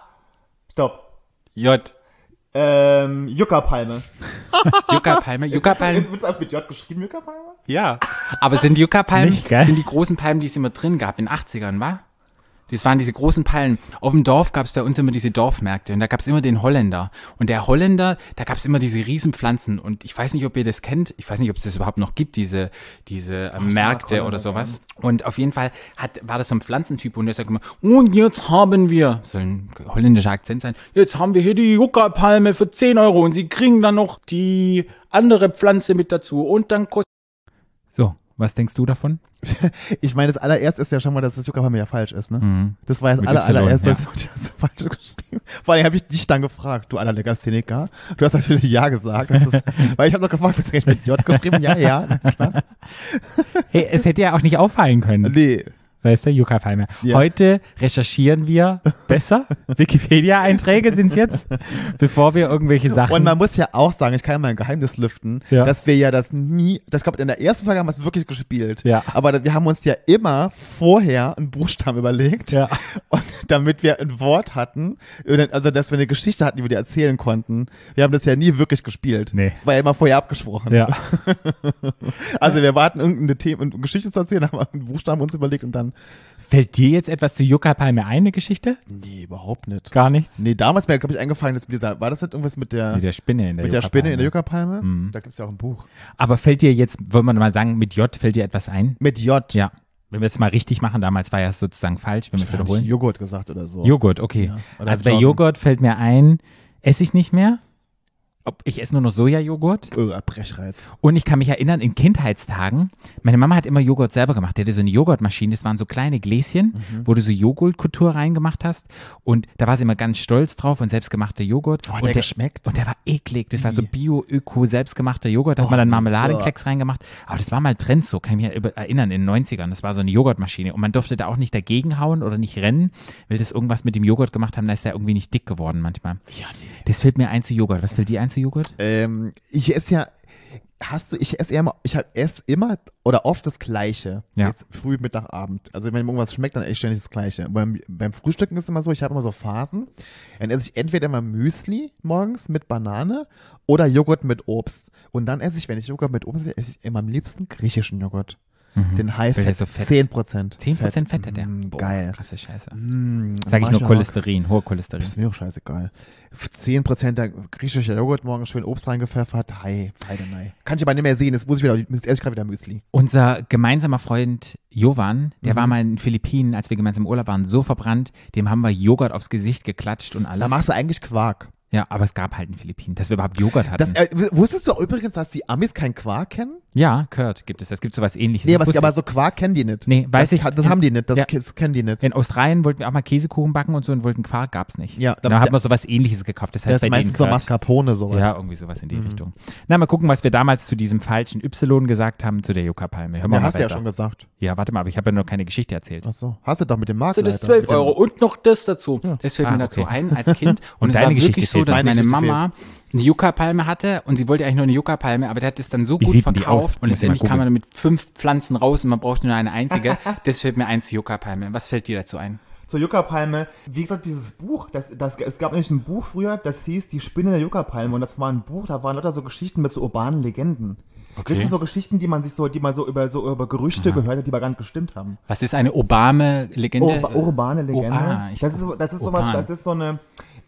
[SPEAKER 4] Stopp.
[SPEAKER 3] J.
[SPEAKER 4] Ähm, Juckerpalme.
[SPEAKER 3] Yucca-Palme, Yucca-Palme,
[SPEAKER 4] Ist es auch mit J geschrieben, Juckerpalme?
[SPEAKER 1] Ja.
[SPEAKER 3] aber sind Yucca-Palmen,
[SPEAKER 1] Nicht geil.
[SPEAKER 3] sind die großen Palmen, die es immer drin gab, in den 80ern, war? Das waren diese großen Palmen. Auf dem Dorf gab es bei uns immer diese Dorfmärkte und da gab es immer den Holländer. Und der Holländer, da gab es immer diese Riesenpflanzen. Und ich weiß nicht, ob ihr das kennt. Ich weiß nicht, ob es das überhaupt noch gibt, diese, diese äh, Märkte oder sowas. Und auf jeden Fall hat, war das so ein Pflanzentyp und der sagt immer, und jetzt haben wir, soll ein holländischer Akzent sein, jetzt haben wir hier die Yucca-Palme für 10 Euro und sie kriegen dann noch die andere Pflanze mit dazu und dann kostet
[SPEAKER 1] So, was denkst du davon?
[SPEAKER 2] Ich meine, das allererste ist ja schon mal, dass das Yucca-Palme ja falsch ist, ne? Das war das
[SPEAKER 3] Mit
[SPEAKER 2] aller,
[SPEAKER 3] Y,
[SPEAKER 2] allererste,
[SPEAKER 3] Mhm. ja.
[SPEAKER 2] das das hast du falsch geschrieben. Vor allem habe ich dich dann gefragt, du Allerlegastheniker. Du hast natürlich Ja gesagt. Das ist, weil ich habe noch gefragt, bist du nicht mit J geschrieben? Ja, ja, na klar.
[SPEAKER 1] Hey, es hätte ja auch nicht auffallen können.
[SPEAKER 2] Nee.
[SPEAKER 1] Weißt du, Yucca Palme.
[SPEAKER 2] Ja.
[SPEAKER 1] Heute recherchieren wir besser. Wikipedia-Einträge sind's jetzt, bevor wir irgendwelche Sachen.
[SPEAKER 2] Und man muss ja auch sagen, ich kann ja mal ein Geheimnis lüften,
[SPEAKER 1] Ja.
[SPEAKER 2] dass wir ja das nie, das kommt in der ersten Folge haben wir es wirklich gespielt.
[SPEAKER 1] Ja.
[SPEAKER 2] Aber wir haben uns ja immer vorher einen Buchstaben überlegt.
[SPEAKER 1] Ja.
[SPEAKER 2] Und damit wir ein Wort hatten, also dass wir eine Geschichte hatten, die wir dir erzählen konnten. Wir haben das ja nie wirklich gespielt.
[SPEAKER 1] Nee.
[SPEAKER 2] Das war ja immer vorher abgesprochen.
[SPEAKER 1] ja.
[SPEAKER 2] Also wir warten irgendeine Themen und Geschichte zu erzählen, haben einen Buchstaben uns überlegt und dann.
[SPEAKER 1] Fällt dir jetzt etwas zu Yucca Palme ein, eine Geschichte?
[SPEAKER 2] Nee, überhaupt nicht.
[SPEAKER 1] Gar nichts?
[SPEAKER 2] Nee, damals mir, glaube ich, eingefallen, dass mit dieser, war das nicht irgendwas mit der,
[SPEAKER 1] Mit der Mhm. Spinne in der
[SPEAKER 2] mit der
[SPEAKER 1] Yucca
[SPEAKER 2] Spinne in
[SPEAKER 1] Palme.
[SPEAKER 2] der Juckerpalme? Da gibt's ja auch ein Buch.
[SPEAKER 1] Aber fällt dir jetzt, wollen wir mal sagen, mit J fällt dir etwas ein?
[SPEAKER 2] Mit J.
[SPEAKER 1] Ja. Wenn wir es mal richtig machen, damals war ja es sozusagen falsch, wenn wir es
[SPEAKER 2] Hab ich
[SPEAKER 1] wiederholen.
[SPEAKER 2] Joghurt gesagt oder so.
[SPEAKER 1] Joghurt, okay.
[SPEAKER 2] Ja, oder
[SPEAKER 1] also bei
[SPEAKER 2] Joggen.
[SPEAKER 1] Joghurt fällt mir ein, esse ich nicht mehr. Ob ich esse nur noch Sojajoghurt.
[SPEAKER 2] Öh, Brechreiz.
[SPEAKER 1] Und ich kann mich erinnern, in Kindheitstagen, meine Mama hat immer Joghurt selber gemacht. Die hatte so eine Joghurtmaschine, das waren so kleine Gläschen,
[SPEAKER 2] Mhm.
[SPEAKER 1] wo du so Joghurtkultur reingemacht hast. Und da war sie immer ganz stolz drauf und selbstgemachter Joghurt.
[SPEAKER 2] Oh, hat
[SPEAKER 1] und
[SPEAKER 2] der geschmeckt?
[SPEAKER 1] Und der war eklig. Das war so bio-öko, selbstgemachter Joghurt. Da
[SPEAKER 2] Oh
[SPEAKER 1] hat man dann Marmeladenklecks reingemacht. Aber das war mal Trend so, kann ich mich über- erinnern, in den 90ern. Das war so eine Joghurtmaschine. Und man durfte da auch nicht dagegen hauen oder nicht rennen, weil das irgendwas mit dem Joghurt gemacht haben. Da ist der irgendwie nicht dick geworden manchmal. Ja, nee. Das fällt mir ein zu Joghurt. Was fällt dir ein zu Joghurt?
[SPEAKER 2] Ähm, ich esse ja, hast du, ich esse ja immer, ich hab, esse immer oder oft das Gleiche.
[SPEAKER 1] Ja.
[SPEAKER 2] Jetzt früh, Mittag, Abend. Also wenn mir irgendwas schmeckt, dann esse ich ständig das Gleiche. Beim, beim Frühstücken ist immer so, ich habe immer so Phasen. Dann esse ich entweder mal Müsli morgens mit Banane oder Joghurt mit Obst. Und dann esse ich, wenn ich Joghurt mit Obst esse, esse ich immer am liebsten griechischen Joghurt. Den halt High
[SPEAKER 1] Mhm. Weil der
[SPEAKER 2] Fat,
[SPEAKER 1] so fett-
[SPEAKER 2] 10%.
[SPEAKER 1] 10% Fett, Fett hat der.
[SPEAKER 2] Mm,
[SPEAKER 1] Boah,
[SPEAKER 2] geil.
[SPEAKER 1] Krasse Scheiße.
[SPEAKER 2] Mm,
[SPEAKER 1] Sag ich
[SPEAKER 2] mach
[SPEAKER 1] nur
[SPEAKER 2] auch.
[SPEAKER 1] Cholesterin, hohe Cholesterin.
[SPEAKER 2] Ist mir auch scheißegal. 10% der griechische Joghurt morgen schön Obst reingepfeffert. Hi, hi, hi. Kann ich aber nicht mehr sehen. Jetzt muss ich wieder, jetzt esse ich gerade wieder Müsli.
[SPEAKER 1] Unser gemeinsamer Freund Jovan, der
[SPEAKER 2] Mhm.
[SPEAKER 1] war mal in den Philippinen, als wir gemeinsam im Urlaub waren, so verbrannt, dem haben wir Joghurt aufs Gesicht geklatscht und alles.
[SPEAKER 2] Da machst du eigentlich Quark.
[SPEAKER 1] ja, aber es gab halt in den Philippinen, dass wir überhaupt Joghurt hatten.
[SPEAKER 2] Das, äh, w- wusstest du auch übrigens, dass die Amis keinen Quark kennen?
[SPEAKER 1] ja, Kurt gibt es. Es gibt sowas ähnliches.
[SPEAKER 2] Nee,
[SPEAKER 1] Das
[SPEAKER 2] aber,
[SPEAKER 1] wusste
[SPEAKER 2] aber so Quark kennen die nicht.
[SPEAKER 1] Nee, weiß
[SPEAKER 2] das,
[SPEAKER 1] ich.
[SPEAKER 2] ha- Das haben die nicht. Das,
[SPEAKER 1] Ja.
[SPEAKER 2] das kennen die nicht.
[SPEAKER 1] ich. in Australien wollten wir auch mal Käsekuchen backen und so und wollten Quark, gab's nicht.
[SPEAKER 2] Ja,
[SPEAKER 1] da,
[SPEAKER 2] da-
[SPEAKER 1] haben wir sowas ähnliches gekauft. Das heißt,
[SPEAKER 2] Das
[SPEAKER 1] bei
[SPEAKER 2] ist meistens so
[SPEAKER 1] denen Kurt.
[SPEAKER 2] Mascarpone Mhm. sowas.
[SPEAKER 1] Ja, irgendwie sowas in die Richtung. Na, mal gucken, was wir damals zu diesem falschen Y gesagt haben, zu der Yucca-Palme. Hör mal
[SPEAKER 2] Ja,
[SPEAKER 1] mal
[SPEAKER 2] hast du ja
[SPEAKER 1] weiter.
[SPEAKER 2] schon gesagt.
[SPEAKER 1] Ja, warte mal, aber ich habe ja noch keine Geschichte erzählt.
[SPEAKER 2] Ach so. Hast du doch mit dem
[SPEAKER 3] So,
[SPEAKER 2] Marktleiter.
[SPEAKER 3] das 12
[SPEAKER 2] mit dem-
[SPEAKER 3] Euro und noch das dazu. Das fällt
[SPEAKER 1] Ah,
[SPEAKER 3] mir dazu
[SPEAKER 1] okay.
[SPEAKER 3] ein als Kind. Und,
[SPEAKER 1] Und
[SPEAKER 3] es
[SPEAKER 1] deine
[SPEAKER 3] war
[SPEAKER 1] Geschichte
[SPEAKER 3] wirklich so,
[SPEAKER 1] fehlt.
[SPEAKER 3] dass
[SPEAKER 2] Meine
[SPEAKER 3] meine,
[SPEAKER 2] Geschichte
[SPEAKER 3] Mama eine Yucca-Palme hatte und sie wollte eigentlich nur eine Yucca-Palme, aber der hat es dann so
[SPEAKER 1] Wie
[SPEAKER 3] gut
[SPEAKER 1] sieht denn die aus?
[SPEAKER 3] verkauft und
[SPEAKER 1] Muss ich mal
[SPEAKER 3] letztendlich kam
[SPEAKER 1] googeln.
[SPEAKER 3] man mit fünf Pflanzen raus und man braucht nur eine einzige. das fällt mir ein zu Yucca-Palme. Was fällt dir dazu ein?
[SPEAKER 4] zur Juckerpalme. Wie gesagt, dieses Buch, das, das, es gab nämlich ein Buch früher, das hieß Die Spinne der Juckerpalme und das war ein Buch, da waren lauter so Geschichten mit so urbanen Legenden.
[SPEAKER 1] Okay. Ah.
[SPEAKER 4] Das sind so Geschichten, die man sich so, die man so über, so über Gerüchte gehört hat, die aber gar nicht gestimmt haben.
[SPEAKER 1] Was ist eine Obama-Legende?
[SPEAKER 4] Ur urbane Legende.
[SPEAKER 1] ah, ich-
[SPEAKER 4] das ist, so- das ist sowas,
[SPEAKER 1] urban.
[SPEAKER 4] das ist so eine,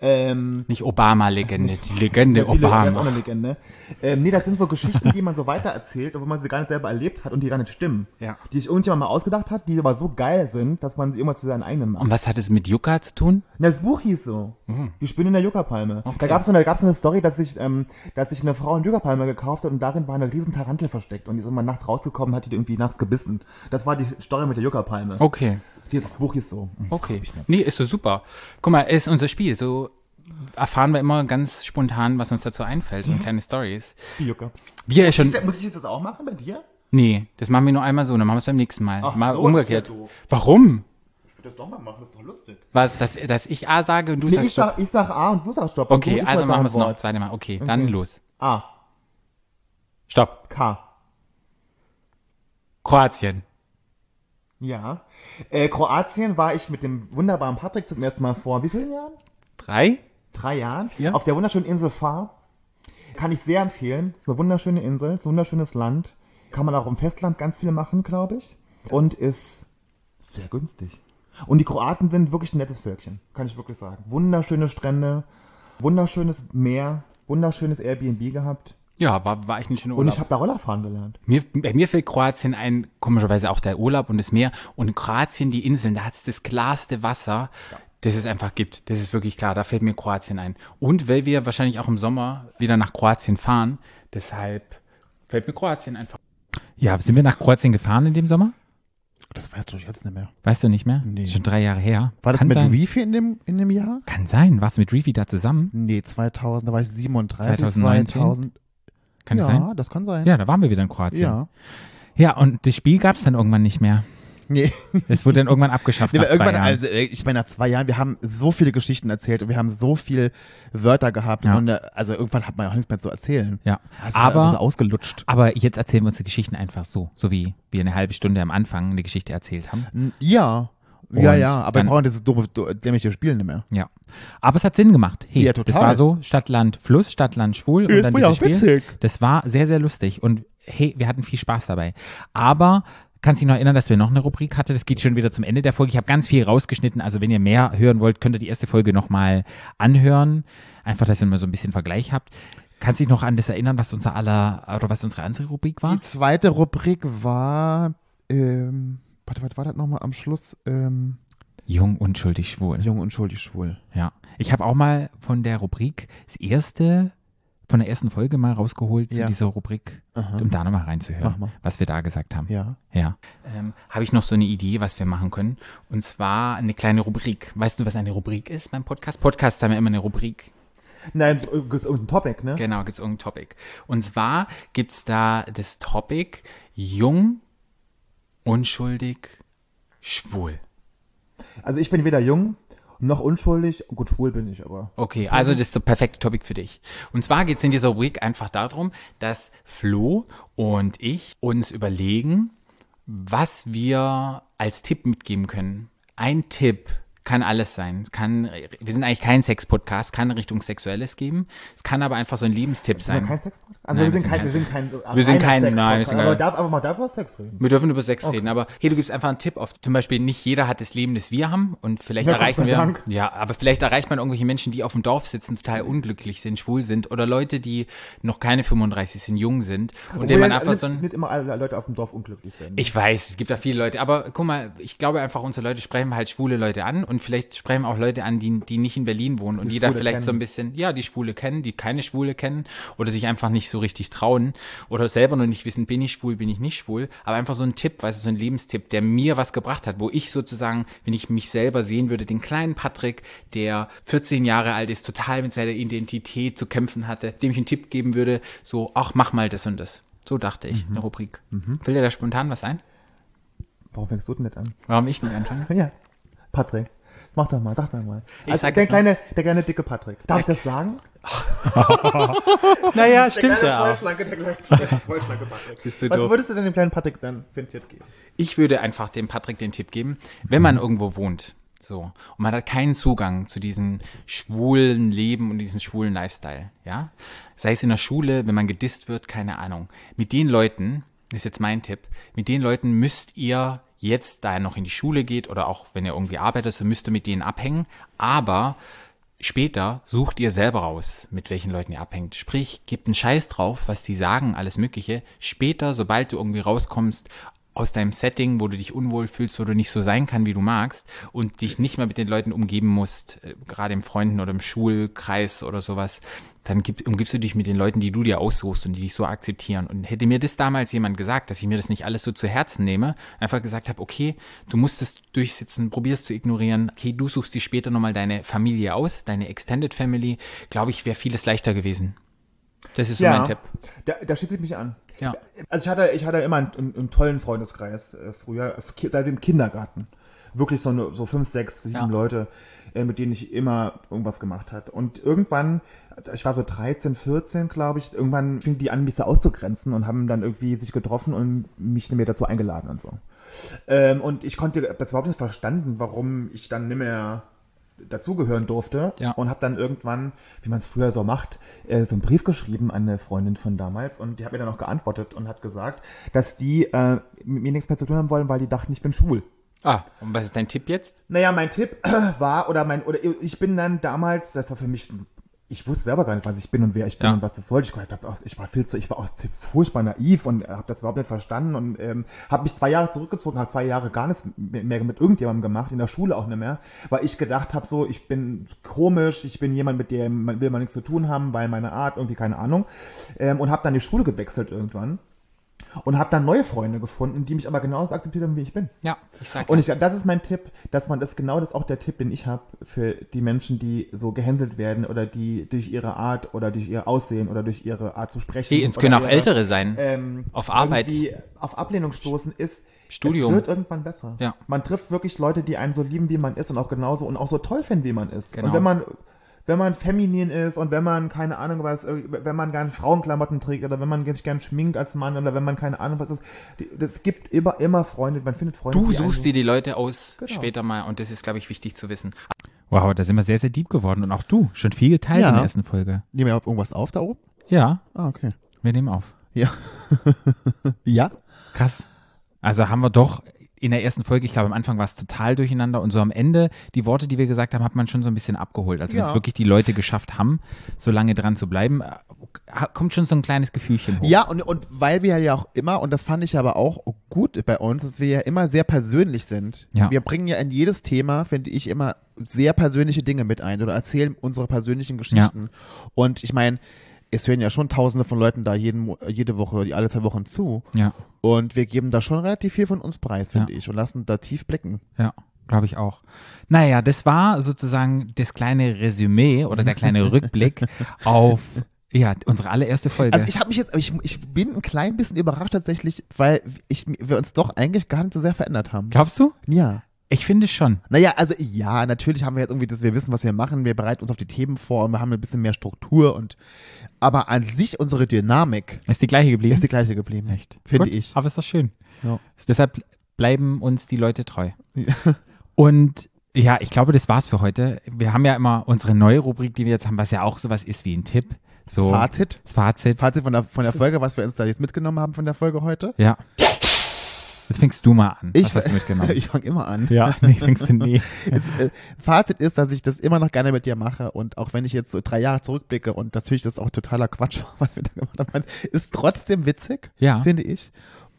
[SPEAKER 4] ähm,
[SPEAKER 1] Nicht Obama-Legende, die Legende
[SPEAKER 4] Billy Graham ist auch
[SPEAKER 1] Obama.
[SPEAKER 4] eine Legende. Ähm, nee, das sind so Geschichten, die man so weitererzählt, obwohl man sie gar nicht selber erlebt hat und die gar nicht stimmen.
[SPEAKER 1] Ja.
[SPEAKER 4] Die sich irgendjemand mal ausgedacht hat, die aber so geil sind, dass man sie immer zu seinen eigenen macht.
[SPEAKER 1] Und was hat es mit Yucca zu tun?
[SPEAKER 4] Na, das Buch hieß so. Die Spinne in der Juckerpalme.
[SPEAKER 1] Mhm. Okay.
[SPEAKER 4] Da gab es so, eine- da gab's so eine Story, dass sich, ähm, dass sich eine Frau eine Juckerpalme gekauft hat und darin war eine riesen Tarantel versteckt und die ist immer nachts rausgekommen, hat die irgendwie nachts gebissen. Das war die Story mit der Juckerpalme.
[SPEAKER 1] Okay,
[SPEAKER 4] Das Buch hieß so. Mhm.
[SPEAKER 1] okay. Nee, ist so super. Guck mal, ist unser Spiel. So erfahren wir immer ganz spontan, was uns dazu einfällt und kleine Stories.
[SPEAKER 4] Die Jucker.
[SPEAKER 1] Wir schon.
[SPEAKER 4] Mhm. Ist- Muss ich das jetzt auch machen bei dir?
[SPEAKER 1] Nee, das machen wir nur einmal so, dann machen wir es beim nächsten Mal.
[SPEAKER 4] Ach
[SPEAKER 1] mal
[SPEAKER 4] so,
[SPEAKER 1] umgekehrt.
[SPEAKER 4] das ist ja doof.
[SPEAKER 1] Warum?
[SPEAKER 4] Ich würde das doch mal machen, das ist doch lustig.
[SPEAKER 1] Was, dass, dass ich A sage und du
[SPEAKER 4] Nee,
[SPEAKER 1] sagst
[SPEAKER 4] ich
[SPEAKER 1] Stopp?
[SPEAKER 4] sag, ich sag A und du sagst Stopp. Und
[SPEAKER 1] Okay,
[SPEAKER 4] du
[SPEAKER 1] also
[SPEAKER 4] sollst
[SPEAKER 1] machen wir es
[SPEAKER 4] sagen
[SPEAKER 1] noch.
[SPEAKER 4] Wort.
[SPEAKER 1] Zweite Mal. Okay, dann los.
[SPEAKER 4] A.
[SPEAKER 1] Stopp.
[SPEAKER 4] K.
[SPEAKER 1] Kroatien.
[SPEAKER 4] Ja. Äh, Kroatien war ich mit dem wunderbaren Patrick zum ersten Mal vor wie vielen Jahren?
[SPEAKER 1] Drei?
[SPEAKER 4] Drei Jahren.
[SPEAKER 1] Vier?
[SPEAKER 4] Auf der wunderschönen Insel Far. Kann ich sehr empfehlen. Ist eine wunderschöne Insel, ist ein wunderschönes Land. Kann man auch im Festland ganz viel machen, glaube ich. Und ist sehr günstig. Und die Kroaten sind wirklich ein nettes Völkchen, kann ich wirklich sagen. Wunderschöne Strände, wunderschönes Meer, wunderschönes Airbnb gehabt.
[SPEAKER 1] Ja, war, war echt ein schöner
[SPEAKER 4] Und
[SPEAKER 1] Urlaub.
[SPEAKER 4] ich habe da Rollerfahren gelernt.
[SPEAKER 1] mir, bei mir fällt Kroatien ein, komischerweise auch der Urlaub und das Meer. Und in Kroatien, die Inseln, da hat's das klarste Wasser, das es einfach gibt. Das ist wirklich klar, da fällt mir Kroatien ein. Und weil wir wahrscheinlich auch im Sommer wieder nach Kroatien fahren, deshalb fällt mir Kroatien einfach.
[SPEAKER 6] Ja, sind wir nach Kroatien gefahren in dem Sommer?
[SPEAKER 2] Das weißt du jetzt nicht mehr.
[SPEAKER 6] Weißt du nicht mehr? Nee. Schon drei Jahre her.
[SPEAKER 2] War das
[SPEAKER 6] Kann
[SPEAKER 2] mit
[SPEAKER 6] sein.
[SPEAKER 2] wie viel in dem, in dem Jahr?
[SPEAKER 6] Kann sein. Warst du mit Reefy da zusammen?
[SPEAKER 2] Nee, 2000, da war ich 37.
[SPEAKER 6] 2019?
[SPEAKER 2] 2000,
[SPEAKER 6] Kann
[SPEAKER 2] ja,
[SPEAKER 6] das sein?
[SPEAKER 2] das kann sein.
[SPEAKER 6] Ja, da waren wir wieder in Kroatien.
[SPEAKER 2] ja.
[SPEAKER 6] Ja, und das Spiel gab es dann irgendwann nicht mehr.
[SPEAKER 2] Nee.
[SPEAKER 6] Es wurde dann irgendwann abgeschafft.
[SPEAKER 2] Nee,
[SPEAKER 6] nach
[SPEAKER 2] aber
[SPEAKER 6] zwei
[SPEAKER 2] irgendwann,
[SPEAKER 6] Jahren.
[SPEAKER 2] also äh, ich meine, nach zwei Jahren, wir haben so viele Geschichten erzählt und wir haben so viel Wörter gehabt
[SPEAKER 6] Ja.
[SPEAKER 2] und äh, also irgendwann hat man ja auch nichts mehr zu erzählen.
[SPEAKER 6] ja.
[SPEAKER 1] Also,
[SPEAKER 2] Das ist ja alles
[SPEAKER 6] Aber,
[SPEAKER 2] ausgelutscht.
[SPEAKER 6] aber jetzt erzählen wir uns die Geschichten einfach so, so wie wir eine halbe Stunde am Anfang eine Geschichte erzählt haben.
[SPEAKER 2] N- Ja,
[SPEAKER 6] Und
[SPEAKER 2] ja, ja, aber
[SPEAKER 6] dann-
[SPEAKER 2] wir brauchen dieses dumme, du- dämliche Spiel nicht mehr.
[SPEAKER 6] Ja. Aber es hat Sinn gemacht. Hey,
[SPEAKER 2] Ja,
[SPEAKER 6] das
[SPEAKER 2] total.
[SPEAKER 6] war so Stadtland Fluss, Stadtland Schwul und
[SPEAKER 2] das
[SPEAKER 6] dann
[SPEAKER 2] war ja
[SPEAKER 6] dieses
[SPEAKER 2] auch
[SPEAKER 6] Spiel.
[SPEAKER 2] witzig.
[SPEAKER 6] Das war sehr, sehr lustig und hey, wir hatten viel Spaß dabei. Aber kannst dich noch erinnern, dass wir noch eine Rubrik hatten? Das geht schon wieder zum Ende der Folge. Ich habe ganz viel rausgeschnitten. Also wenn ihr mehr hören wollt, könnt ihr die erste Folge nochmal anhören. Einfach, dass ihr mal so ein bisschen Vergleich habt. Kannst dich noch an das erinnern, was unser aller oder was unsere andere Rubrik war?
[SPEAKER 2] Die zweite Rubrik war, ähm, warte, was war das nochmal am Schluss? Ähm,
[SPEAKER 6] Jung, unschuldig, schwul.
[SPEAKER 2] Jung, unschuldig, schwul.
[SPEAKER 6] Ja. Ich habe auch mal von der Rubrik das erste, von der ersten Folge mal rausgeholt zu
[SPEAKER 2] Ja.
[SPEAKER 6] dieser Rubrik,
[SPEAKER 2] Aha.
[SPEAKER 6] um da nochmal
[SPEAKER 2] Mach
[SPEAKER 6] reinzuhören,
[SPEAKER 2] mal.
[SPEAKER 6] was wir da gesagt haben.
[SPEAKER 2] Ja.
[SPEAKER 6] ja.
[SPEAKER 1] Ähm, Habe ich noch so eine Idee, was wir machen können? Und zwar eine kleine Rubrik. Weißt du, was eine Rubrik ist beim Podcast? Podcasts haben ja immer eine Rubrik.
[SPEAKER 4] Nein, äh, gibt's irgendein Topic, ne?
[SPEAKER 1] Genau, gibt es irgendein Topic. Und zwar gibt es da das Topic jung, unschuldig, schwul.
[SPEAKER 4] Also ich bin weder jung noch unschuldig. Gut, schwul bin ich aber.
[SPEAKER 1] Okay, also das ist der perfekte Topic für dich. Und zwar geht es in dieser Rubrik einfach darum, dass Flo und ich uns überlegen, was wir als Tipp mitgeben können. Ein Tipp kann alles sein. Es kann, wir sind eigentlich kein Sex-Podcast, kann Richtung Sexuelles geben. Es kann aber einfach so ein Lebenstipp
[SPEAKER 4] Sind wir
[SPEAKER 1] sein.
[SPEAKER 4] kein Sexpodcast? Also
[SPEAKER 1] Nein,
[SPEAKER 4] wir sind kein, wir sind kein,
[SPEAKER 1] wir sind kein-
[SPEAKER 4] Sex
[SPEAKER 1] nein, wir sind
[SPEAKER 4] aber man
[SPEAKER 1] kein-
[SPEAKER 4] darf einfach mal darüber Sex reden.
[SPEAKER 1] Wir dürfen über Sex reden, aber hey, du gibst einfach einen Tipp auf. Zum Beispiel, nicht jeder hat das Leben, das wir haben und vielleicht
[SPEAKER 4] Na, Gott
[SPEAKER 1] erreichen
[SPEAKER 4] sei
[SPEAKER 1] wir.
[SPEAKER 4] Dank.
[SPEAKER 1] Ja, aber vielleicht erreicht man irgendwelche Menschen, die auf dem Dorf sitzen, total unglücklich sind, schwul sind oder Leute, die noch keine 35 sind, jung sind und denen man
[SPEAKER 4] Obwohl
[SPEAKER 1] einfach
[SPEAKER 4] nicht,
[SPEAKER 1] so ein.
[SPEAKER 4] nicht immer alle Leute auf dem Dorf unglücklich sind.
[SPEAKER 1] Ich weiß, es gibt da viele Leute, aber guck mal, ich glaube einfach, unsere Leute sprechen halt schwule Leute an und vielleicht sprechen auch Leute an, die, die nicht in Berlin wohnen und die, da
[SPEAKER 4] Schwule
[SPEAKER 1] vielleicht so ein
[SPEAKER 4] kennen.
[SPEAKER 1] bisschen, ja, die Schwule kennen, die keine Schwule kennen oder sich einfach nicht so richtig trauen oder selber noch nicht wissen, bin ich schwul, bin ich nicht schwul, aber einfach so ein Tipp, weißt du, so ein Lebenstipp, der mir was gebracht hat, wo ich sozusagen, wenn ich mich selber sehen würde, den kleinen Patrick, der 14 Jahre alt ist, total mit seiner Identität zu kämpfen hatte, dem ich einen Tipp geben würde, so, ach, mach mal das und das. So dachte ich, eine Rubrik. Fällt dir da spontan was ein?
[SPEAKER 4] Warum fängst du denn nicht an?
[SPEAKER 1] Warum ich nicht anfangen?
[SPEAKER 4] Ja, Patrick. Mach doch mal, sag doch mal.
[SPEAKER 1] Ich
[SPEAKER 4] also
[SPEAKER 1] sag
[SPEAKER 4] der
[SPEAKER 1] jetzt mal.
[SPEAKER 4] kleine, der kleine dicke Patrick. Darf ich das sagen?
[SPEAKER 1] Naja, stimmt ja auch.
[SPEAKER 4] vollschlanke, der kleine vollschlanke Patrick.
[SPEAKER 1] Bist du
[SPEAKER 4] Was
[SPEAKER 1] doof.
[SPEAKER 4] würdest du denn dem kleinen Patrick dann für einen Tipp geben?
[SPEAKER 1] Ich würde einfach dem Patrick den Tipp geben, wenn man irgendwo wohnt,
[SPEAKER 3] So. Und man hat keinen Zugang zu diesem schwulen Leben und diesem schwulen Lifestyle, ja? Sei es in der Schule, wenn man gedisst wird, keine Ahnung. Mit den Leuten, ist jetzt mein Tipp, mit den Leuten müsst ihr jetzt, da ihr noch in die Schule geht oder auch wenn ihr irgendwie arbeitet, so müsst ihr mit denen abhängen, aber später sucht ihr selber raus, mit welchen Leuten ihr abhängt. Sprich, gebt einen Scheiß drauf, was die sagen, alles Mögliche. Später, sobald du irgendwie rauskommst aus deinem Setting, wo du dich unwohl fühlst, wo du nicht so sein kann, wie du magst und dich nicht mehr mit den Leuten umgeben musst, äh, gerade im Freunden oder im Schulkreis oder sowas, dann gib, umgibst du dich mit den Leuten, die du dir aussuchst und die dich so akzeptieren. Und hätte mir das damals jemand gesagt, dass ich mir das nicht alles so zu Herzen nehme, einfach gesagt habe, okay, du musst es durchsitzen, probierst zu ignorieren, okay, du suchst dir später nochmal deine Familie aus, deine Extended Family, glaube ich, wäre vieles leichter gewesen. Das ist so mein Tipp.
[SPEAKER 4] Da, da schließe ich mich an.
[SPEAKER 3] Ja.
[SPEAKER 4] Also ich hatte, ich hatte immer einen, einen, einen tollen Freundeskreis äh, früher, ki- seit dem Kindergarten. Wirklich so, eine, so fünf, sechs, sieben
[SPEAKER 3] Ja.
[SPEAKER 4] Leute, äh, mit denen ich immer irgendwas gemacht hat. Und irgendwann, ich war so 13, 14, glaube ich, irgendwann fingen die an, mich so auszugrenzen und haben dann irgendwie sich getroffen und mich nicht mehr dazu eingeladen und so. Ähm, und ich konnte das überhaupt nicht verstanden, warum ich dann nicht mehr dazugehören durfte
[SPEAKER 3] Ja.
[SPEAKER 4] und habe dann irgendwann, wie man es früher so macht, äh, so einen Brief geschrieben an eine Freundin von damals und die hat mir dann auch geantwortet und hat gesagt, dass die äh, mit mir nichts mehr zu tun haben wollen, weil die dachten, ich bin schwul.
[SPEAKER 3] Ah, und was ist dein Tipp jetzt?
[SPEAKER 4] Naja, mein Tipp war, oder mein, oder ich bin dann damals, das war für mich, ein- ich wusste selber gar nicht, was ich bin und wer ich bin
[SPEAKER 3] Ja.
[SPEAKER 4] und was das soll. Ich, glaub, ich war viel zu, ich war auch zu- furchtbar naiv und habe das überhaupt nicht verstanden und ähm, habe mich zwei Jahre zurückgezogen, habe zwei Jahre gar nichts mehr mit irgendjemandem gemacht, in der Schule auch nicht mehr, weil ich gedacht habe, so, ich bin komisch, ich bin jemand, mit dem man will man nichts zu tun haben, weil meine Art, irgendwie keine Ahnung. Ähm, und habe dann die Schule gewechselt irgendwann und habe dann neue Freunde gefunden, die mich aber genauso akzeptiert haben, wie ich bin.
[SPEAKER 3] Ja, ich sag
[SPEAKER 4] Und ich, das ist mein Tipp, dass man das genau das ist auch der Tipp, den ich habe für die Menschen, die so gehänselt werden oder die durch ihre Art oder durch ihr Aussehen oder durch ihre Art zu sprechen.
[SPEAKER 3] Die, es
[SPEAKER 4] oder
[SPEAKER 3] können auch
[SPEAKER 4] ihre,
[SPEAKER 3] Ältere sein.
[SPEAKER 4] Ähm,
[SPEAKER 3] auf Arbeit.
[SPEAKER 4] irgendwie Auf Ablehnung stoßen ist.
[SPEAKER 3] Studium.
[SPEAKER 4] Es wird irgendwann besser.
[SPEAKER 3] Ja.
[SPEAKER 4] Man trifft wirklich Leute, die einen so lieben, wie man ist und auch genauso und auch so toll finden, wie man ist.
[SPEAKER 3] Genau.
[SPEAKER 4] Und wenn man wenn man feminin ist und wenn man keine Ahnung was, äh, wenn man gerne Frauenklamotten trägt oder wenn man sich gern schminkt als Mann oder wenn man keine Ahnung was ist, die- das gibt immer immer Freunde, man findet Freunde.
[SPEAKER 3] Du
[SPEAKER 4] die einen
[SPEAKER 3] suchst
[SPEAKER 2] also
[SPEAKER 4] so-
[SPEAKER 3] dir die Leute aus
[SPEAKER 4] Genau.
[SPEAKER 3] später mal und das ist, glaube ich, wichtig zu wissen.
[SPEAKER 1] Wow, da sind wir sehr, sehr deep geworden. Und auch du, schon viel geteilt
[SPEAKER 2] Ja.
[SPEAKER 1] in der ersten Folge.
[SPEAKER 2] Nehmen wir überhaupt irgendwas auf da oben?
[SPEAKER 1] Ja,
[SPEAKER 2] Ah, okay.
[SPEAKER 1] wir nehmen auf.
[SPEAKER 2] Ja. ja?
[SPEAKER 1] Krass. Also haben wir doch in der ersten Folge, ich glaube, am Anfang war es total durcheinander und so am Ende, die Worte, die wir gesagt haben, hat man schon so ein bisschen abgeholt. Also wenn es
[SPEAKER 2] Ja.
[SPEAKER 1] wirklich die Leute geschafft haben, so lange dran zu bleiben, äh, kommt schon so ein kleines Gefühlchen hoch.
[SPEAKER 2] Ja, und, und weil wir ja auch immer, und das fand ich aber auch gut bei uns, dass wir ja immer sehr persönlich sind.
[SPEAKER 1] Ja.
[SPEAKER 2] Wir bringen ja in jedes Thema, finde ich, immer sehr persönliche Dinge mit ein oder erzählen unsere persönlichen Geschichten. Und ich meine, es hören ja schon tausende von Leuten da jeden, Mo- jede Woche, die alle zwei Wochen zu.
[SPEAKER 1] Ja,
[SPEAKER 2] Und wir geben da schon relativ viel von uns preis, finde
[SPEAKER 1] Ja.
[SPEAKER 2] ich, und lassen da tief blicken.
[SPEAKER 1] ja glaube ich auch. Naja, das war sozusagen das kleine Resümee oder der kleine Rückblick auf ja, unsere allererste Folge.
[SPEAKER 2] Also ich habe mich jetzt, ich, ich bin ein klein bisschen überrascht tatsächlich, weil ich, wir uns doch eigentlich gar nicht so sehr verändert haben.
[SPEAKER 1] Glaubst du?
[SPEAKER 2] Ja.
[SPEAKER 1] Ich finde schon.
[SPEAKER 2] Naja, also ja, natürlich haben wir jetzt irgendwie, dass wir wissen, was wir machen, wir bereiten uns auf die Themen vor und wir haben ein bisschen mehr Struktur und aber an sich unsere Dynamik
[SPEAKER 1] Ist die gleiche geblieben?
[SPEAKER 2] ist die gleiche geblieben.
[SPEAKER 1] Echt.
[SPEAKER 2] Finde
[SPEAKER 1] Gut,
[SPEAKER 2] ich.
[SPEAKER 1] Aber ist doch schön.
[SPEAKER 2] Ja.
[SPEAKER 1] Deshalb bleiben uns die Leute treu.
[SPEAKER 2] Ja.
[SPEAKER 1] Und ja, ich glaube, das war's für heute. Wir haben ja immer unsere neue Rubrik, die wir jetzt haben, was ja auch sowas ist wie ein Tipp. So
[SPEAKER 2] Fazit.
[SPEAKER 1] das Fazit.
[SPEAKER 2] Fazit von der, von der Folge, was wir uns da jetzt mitgenommen haben von der Folge heute.
[SPEAKER 1] Ja. Jetzt fängst du mal an. was
[SPEAKER 2] Ich,
[SPEAKER 1] hast du mitgenommen?
[SPEAKER 2] ich fange immer an.
[SPEAKER 1] ja, nee, fängst du nie.
[SPEAKER 2] Jetzt, äh, Fazit ist, dass ich das immer noch gerne mit dir mache und auch wenn ich jetzt so drei Jahre zurückblicke und natürlich das auch totaler Quatsch war, was wir da gemacht haben, ist trotzdem witzig,
[SPEAKER 1] Ja.
[SPEAKER 2] finde ich.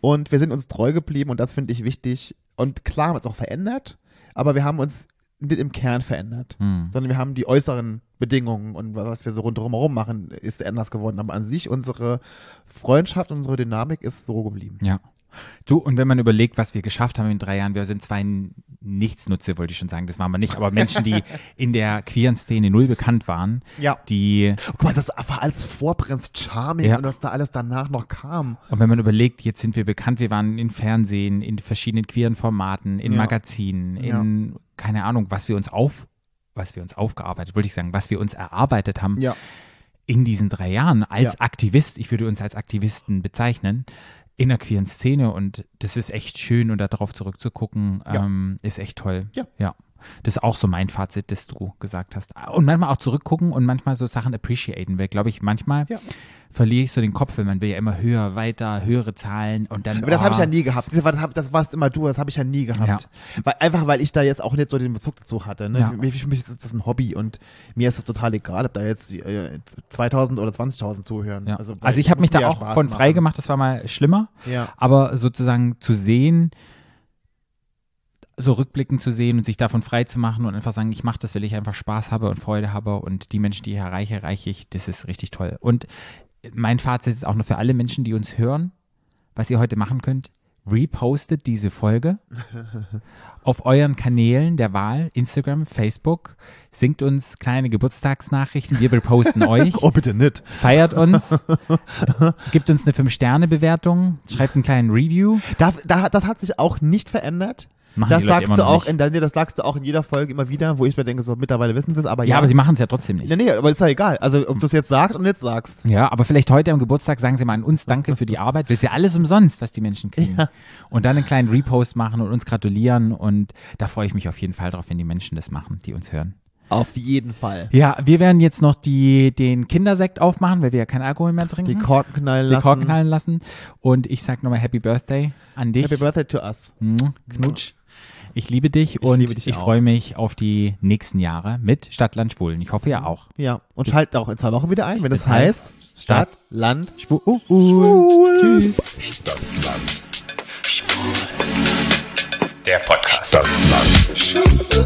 [SPEAKER 2] Und wir sind uns treu geblieben und das finde ich wichtig. Und klar haben wir uns auch verändert, aber wir haben uns nicht im Kern verändert,
[SPEAKER 1] Hm.
[SPEAKER 2] sondern wir haben die äußeren Bedingungen und was wir so rundherum herum machen, ist anders geworden. Aber an sich unsere Freundschaft, unsere Dynamik ist so geblieben.
[SPEAKER 1] Ja. Du, und wenn man überlegt, was wir geschafft haben in drei Jahren, wir sind zwei Nichtsnutze, wollte ich schon sagen, das waren wir nicht, aber Menschen, die in der queeren Szene null bekannt waren,
[SPEAKER 2] Ja.
[SPEAKER 1] die
[SPEAKER 2] Guck mal, das war alles vor Prinz Charming
[SPEAKER 1] Ja.
[SPEAKER 2] und was da alles danach noch kam.
[SPEAKER 1] Und wenn man überlegt, jetzt sind wir bekannt, wir waren in Fernsehen, in verschiedenen queeren Formaten, in
[SPEAKER 2] Ja.
[SPEAKER 1] Magazinen, in keine Ahnung, was wir uns auf, was wir uns aufgearbeitet, wollte ich sagen, was wir uns erarbeitet haben
[SPEAKER 2] Ja.
[SPEAKER 1] in diesen drei Jahren als
[SPEAKER 2] Ja.
[SPEAKER 1] Aktivist, ich würde uns als Aktivisten bezeichnen, in der queeren Szene und das ist echt schön und darauf zurückzugucken,
[SPEAKER 2] Ja.
[SPEAKER 1] ähm, ist echt toll.
[SPEAKER 2] Ja.
[SPEAKER 1] ja. Das ist auch so mein Fazit, das du gesagt hast. Und manchmal auch zurückgucken und manchmal so Sachen appreciaten, weil, glaube ich, manchmal verliere ich so den Kopf, weil man will ja immer höher, weiter, höhere Zahlen und dann.
[SPEAKER 2] Aber das habe ich
[SPEAKER 1] ah,
[SPEAKER 2] ja nie gehabt. Das war- das hab- das warst immer du, das habe ich ja nie gehabt. Weil, einfach weil ich da jetzt auch nicht so den Bezug dazu hatte. Ne?
[SPEAKER 1] Ja.
[SPEAKER 2] Für, mich, für mich ist das ein Hobby und mir ist es total egal, ob da jetzt die, äh, 2000 oder 20.000 zuhören.
[SPEAKER 1] Ja. Also,
[SPEAKER 2] weil
[SPEAKER 1] ich habe
[SPEAKER 2] muss
[SPEAKER 1] mich da
[SPEAKER 2] mir ja
[SPEAKER 1] auch
[SPEAKER 2] Spaß
[SPEAKER 1] von frei
[SPEAKER 2] machen.
[SPEAKER 1] gemacht, das war mal schlimmer.
[SPEAKER 2] Ja.
[SPEAKER 1] Aber sozusagen zu sehen, so rückblickend zu sehen und sich davon frei zu machen und einfach sagen, ich mache das, weil ich einfach Spaß habe und Freude habe und die Menschen, die ich erreiche, erreiche ich, das ist richtig toll. Und mein Fazit ist auch nur für alle Menschen, die uns hören, was ihr heute machen könnt, repostet diese Folge auf euren Kanälen der Wahl, Instagram, Facebook, singt uns kleine Geburtstagsnachrichten, wir reposten euch
[SPEAKER 2] Oh, bitte nicht.
[SPEAKER 1] feiert uns, gibt uns eine 5-Sterne-Bewertung, schreibt einen kleinen Review.
[SPEAKER 2] Da, da, das hat sich auch nicht verändert.
[SPEAKER 1] Machen
[SPEAKER 2] das
[SPEAKER 1] die Leute
[SPEAKER 2] sagst
[SPEAKER 1] immer
[SPEAKER 2] du
[SPEAKER 1] noch
[SPEAKER 2] auch
[SPEAKER 1] nicht.
[SPEAKER 2] in der, nee, das sagst du auch in jeder Folge immer wieder, wo ich mir denke, so mittlerweile wissen sie es, aber ja.
[SPEAKER 1] Ja, aber sie machen es ja trotzdem nicht.
[SPEAKER 2] nee, nee, aber ist ja egal. Also ob du es jetzt sagst und nicht sagst.
[SPEAKER 1] Ja, aber vielleicht heute am Geburtstag sagen sie mal an uns Danke für die Arbeit. Das ist ja alles umsonst, was die Menschen kriegen. Und dann einen kleinen Repost machen und uns gratulieren. Und da freue ich mich auf jeden Fall drauf, wenn die Menschen das machen, die uns hören.
[SPEAKER 2] Auf jeden Fall.
[SPEAKER 1] Ja, wir werden jetzt noch die, den Kindersekt aufmachen, weil wir ja keinen Alkohol mehr trinken.
[SPEAKER 2] Die Korken knallen
[SPEAKER 1] Die
[SPEAKER 2] lassen.
[SPEAKER 1] Korken knallen lassen. Und ich sag nochmal Happy Birthday an dich.
[SPEAKER 2] Happy Birthday to us.
[SPEAKER 1] Mhm, Knutsch. Ich liebe dich und
[SPEAKER 2] liebe dich
[SPEAKER 1] ich
[SPEAKER 2] auch.
[SPEAKER 1] freue mich auf die nächsten Jahre mit Stadtland Schwulen. Ich hoffe ja auch.
[SPEAKER 2] Ja, und schaltet auch in zwei Wochen wieder ein, wenn es
[SPEAKER 1] Das heißt,
[SPEAKER 2] heißt Stadt, Land,
[SPEAKER 1] Schwul. Tschüss.
[SPEAKER 7] Der Podcast. Stadt, Land.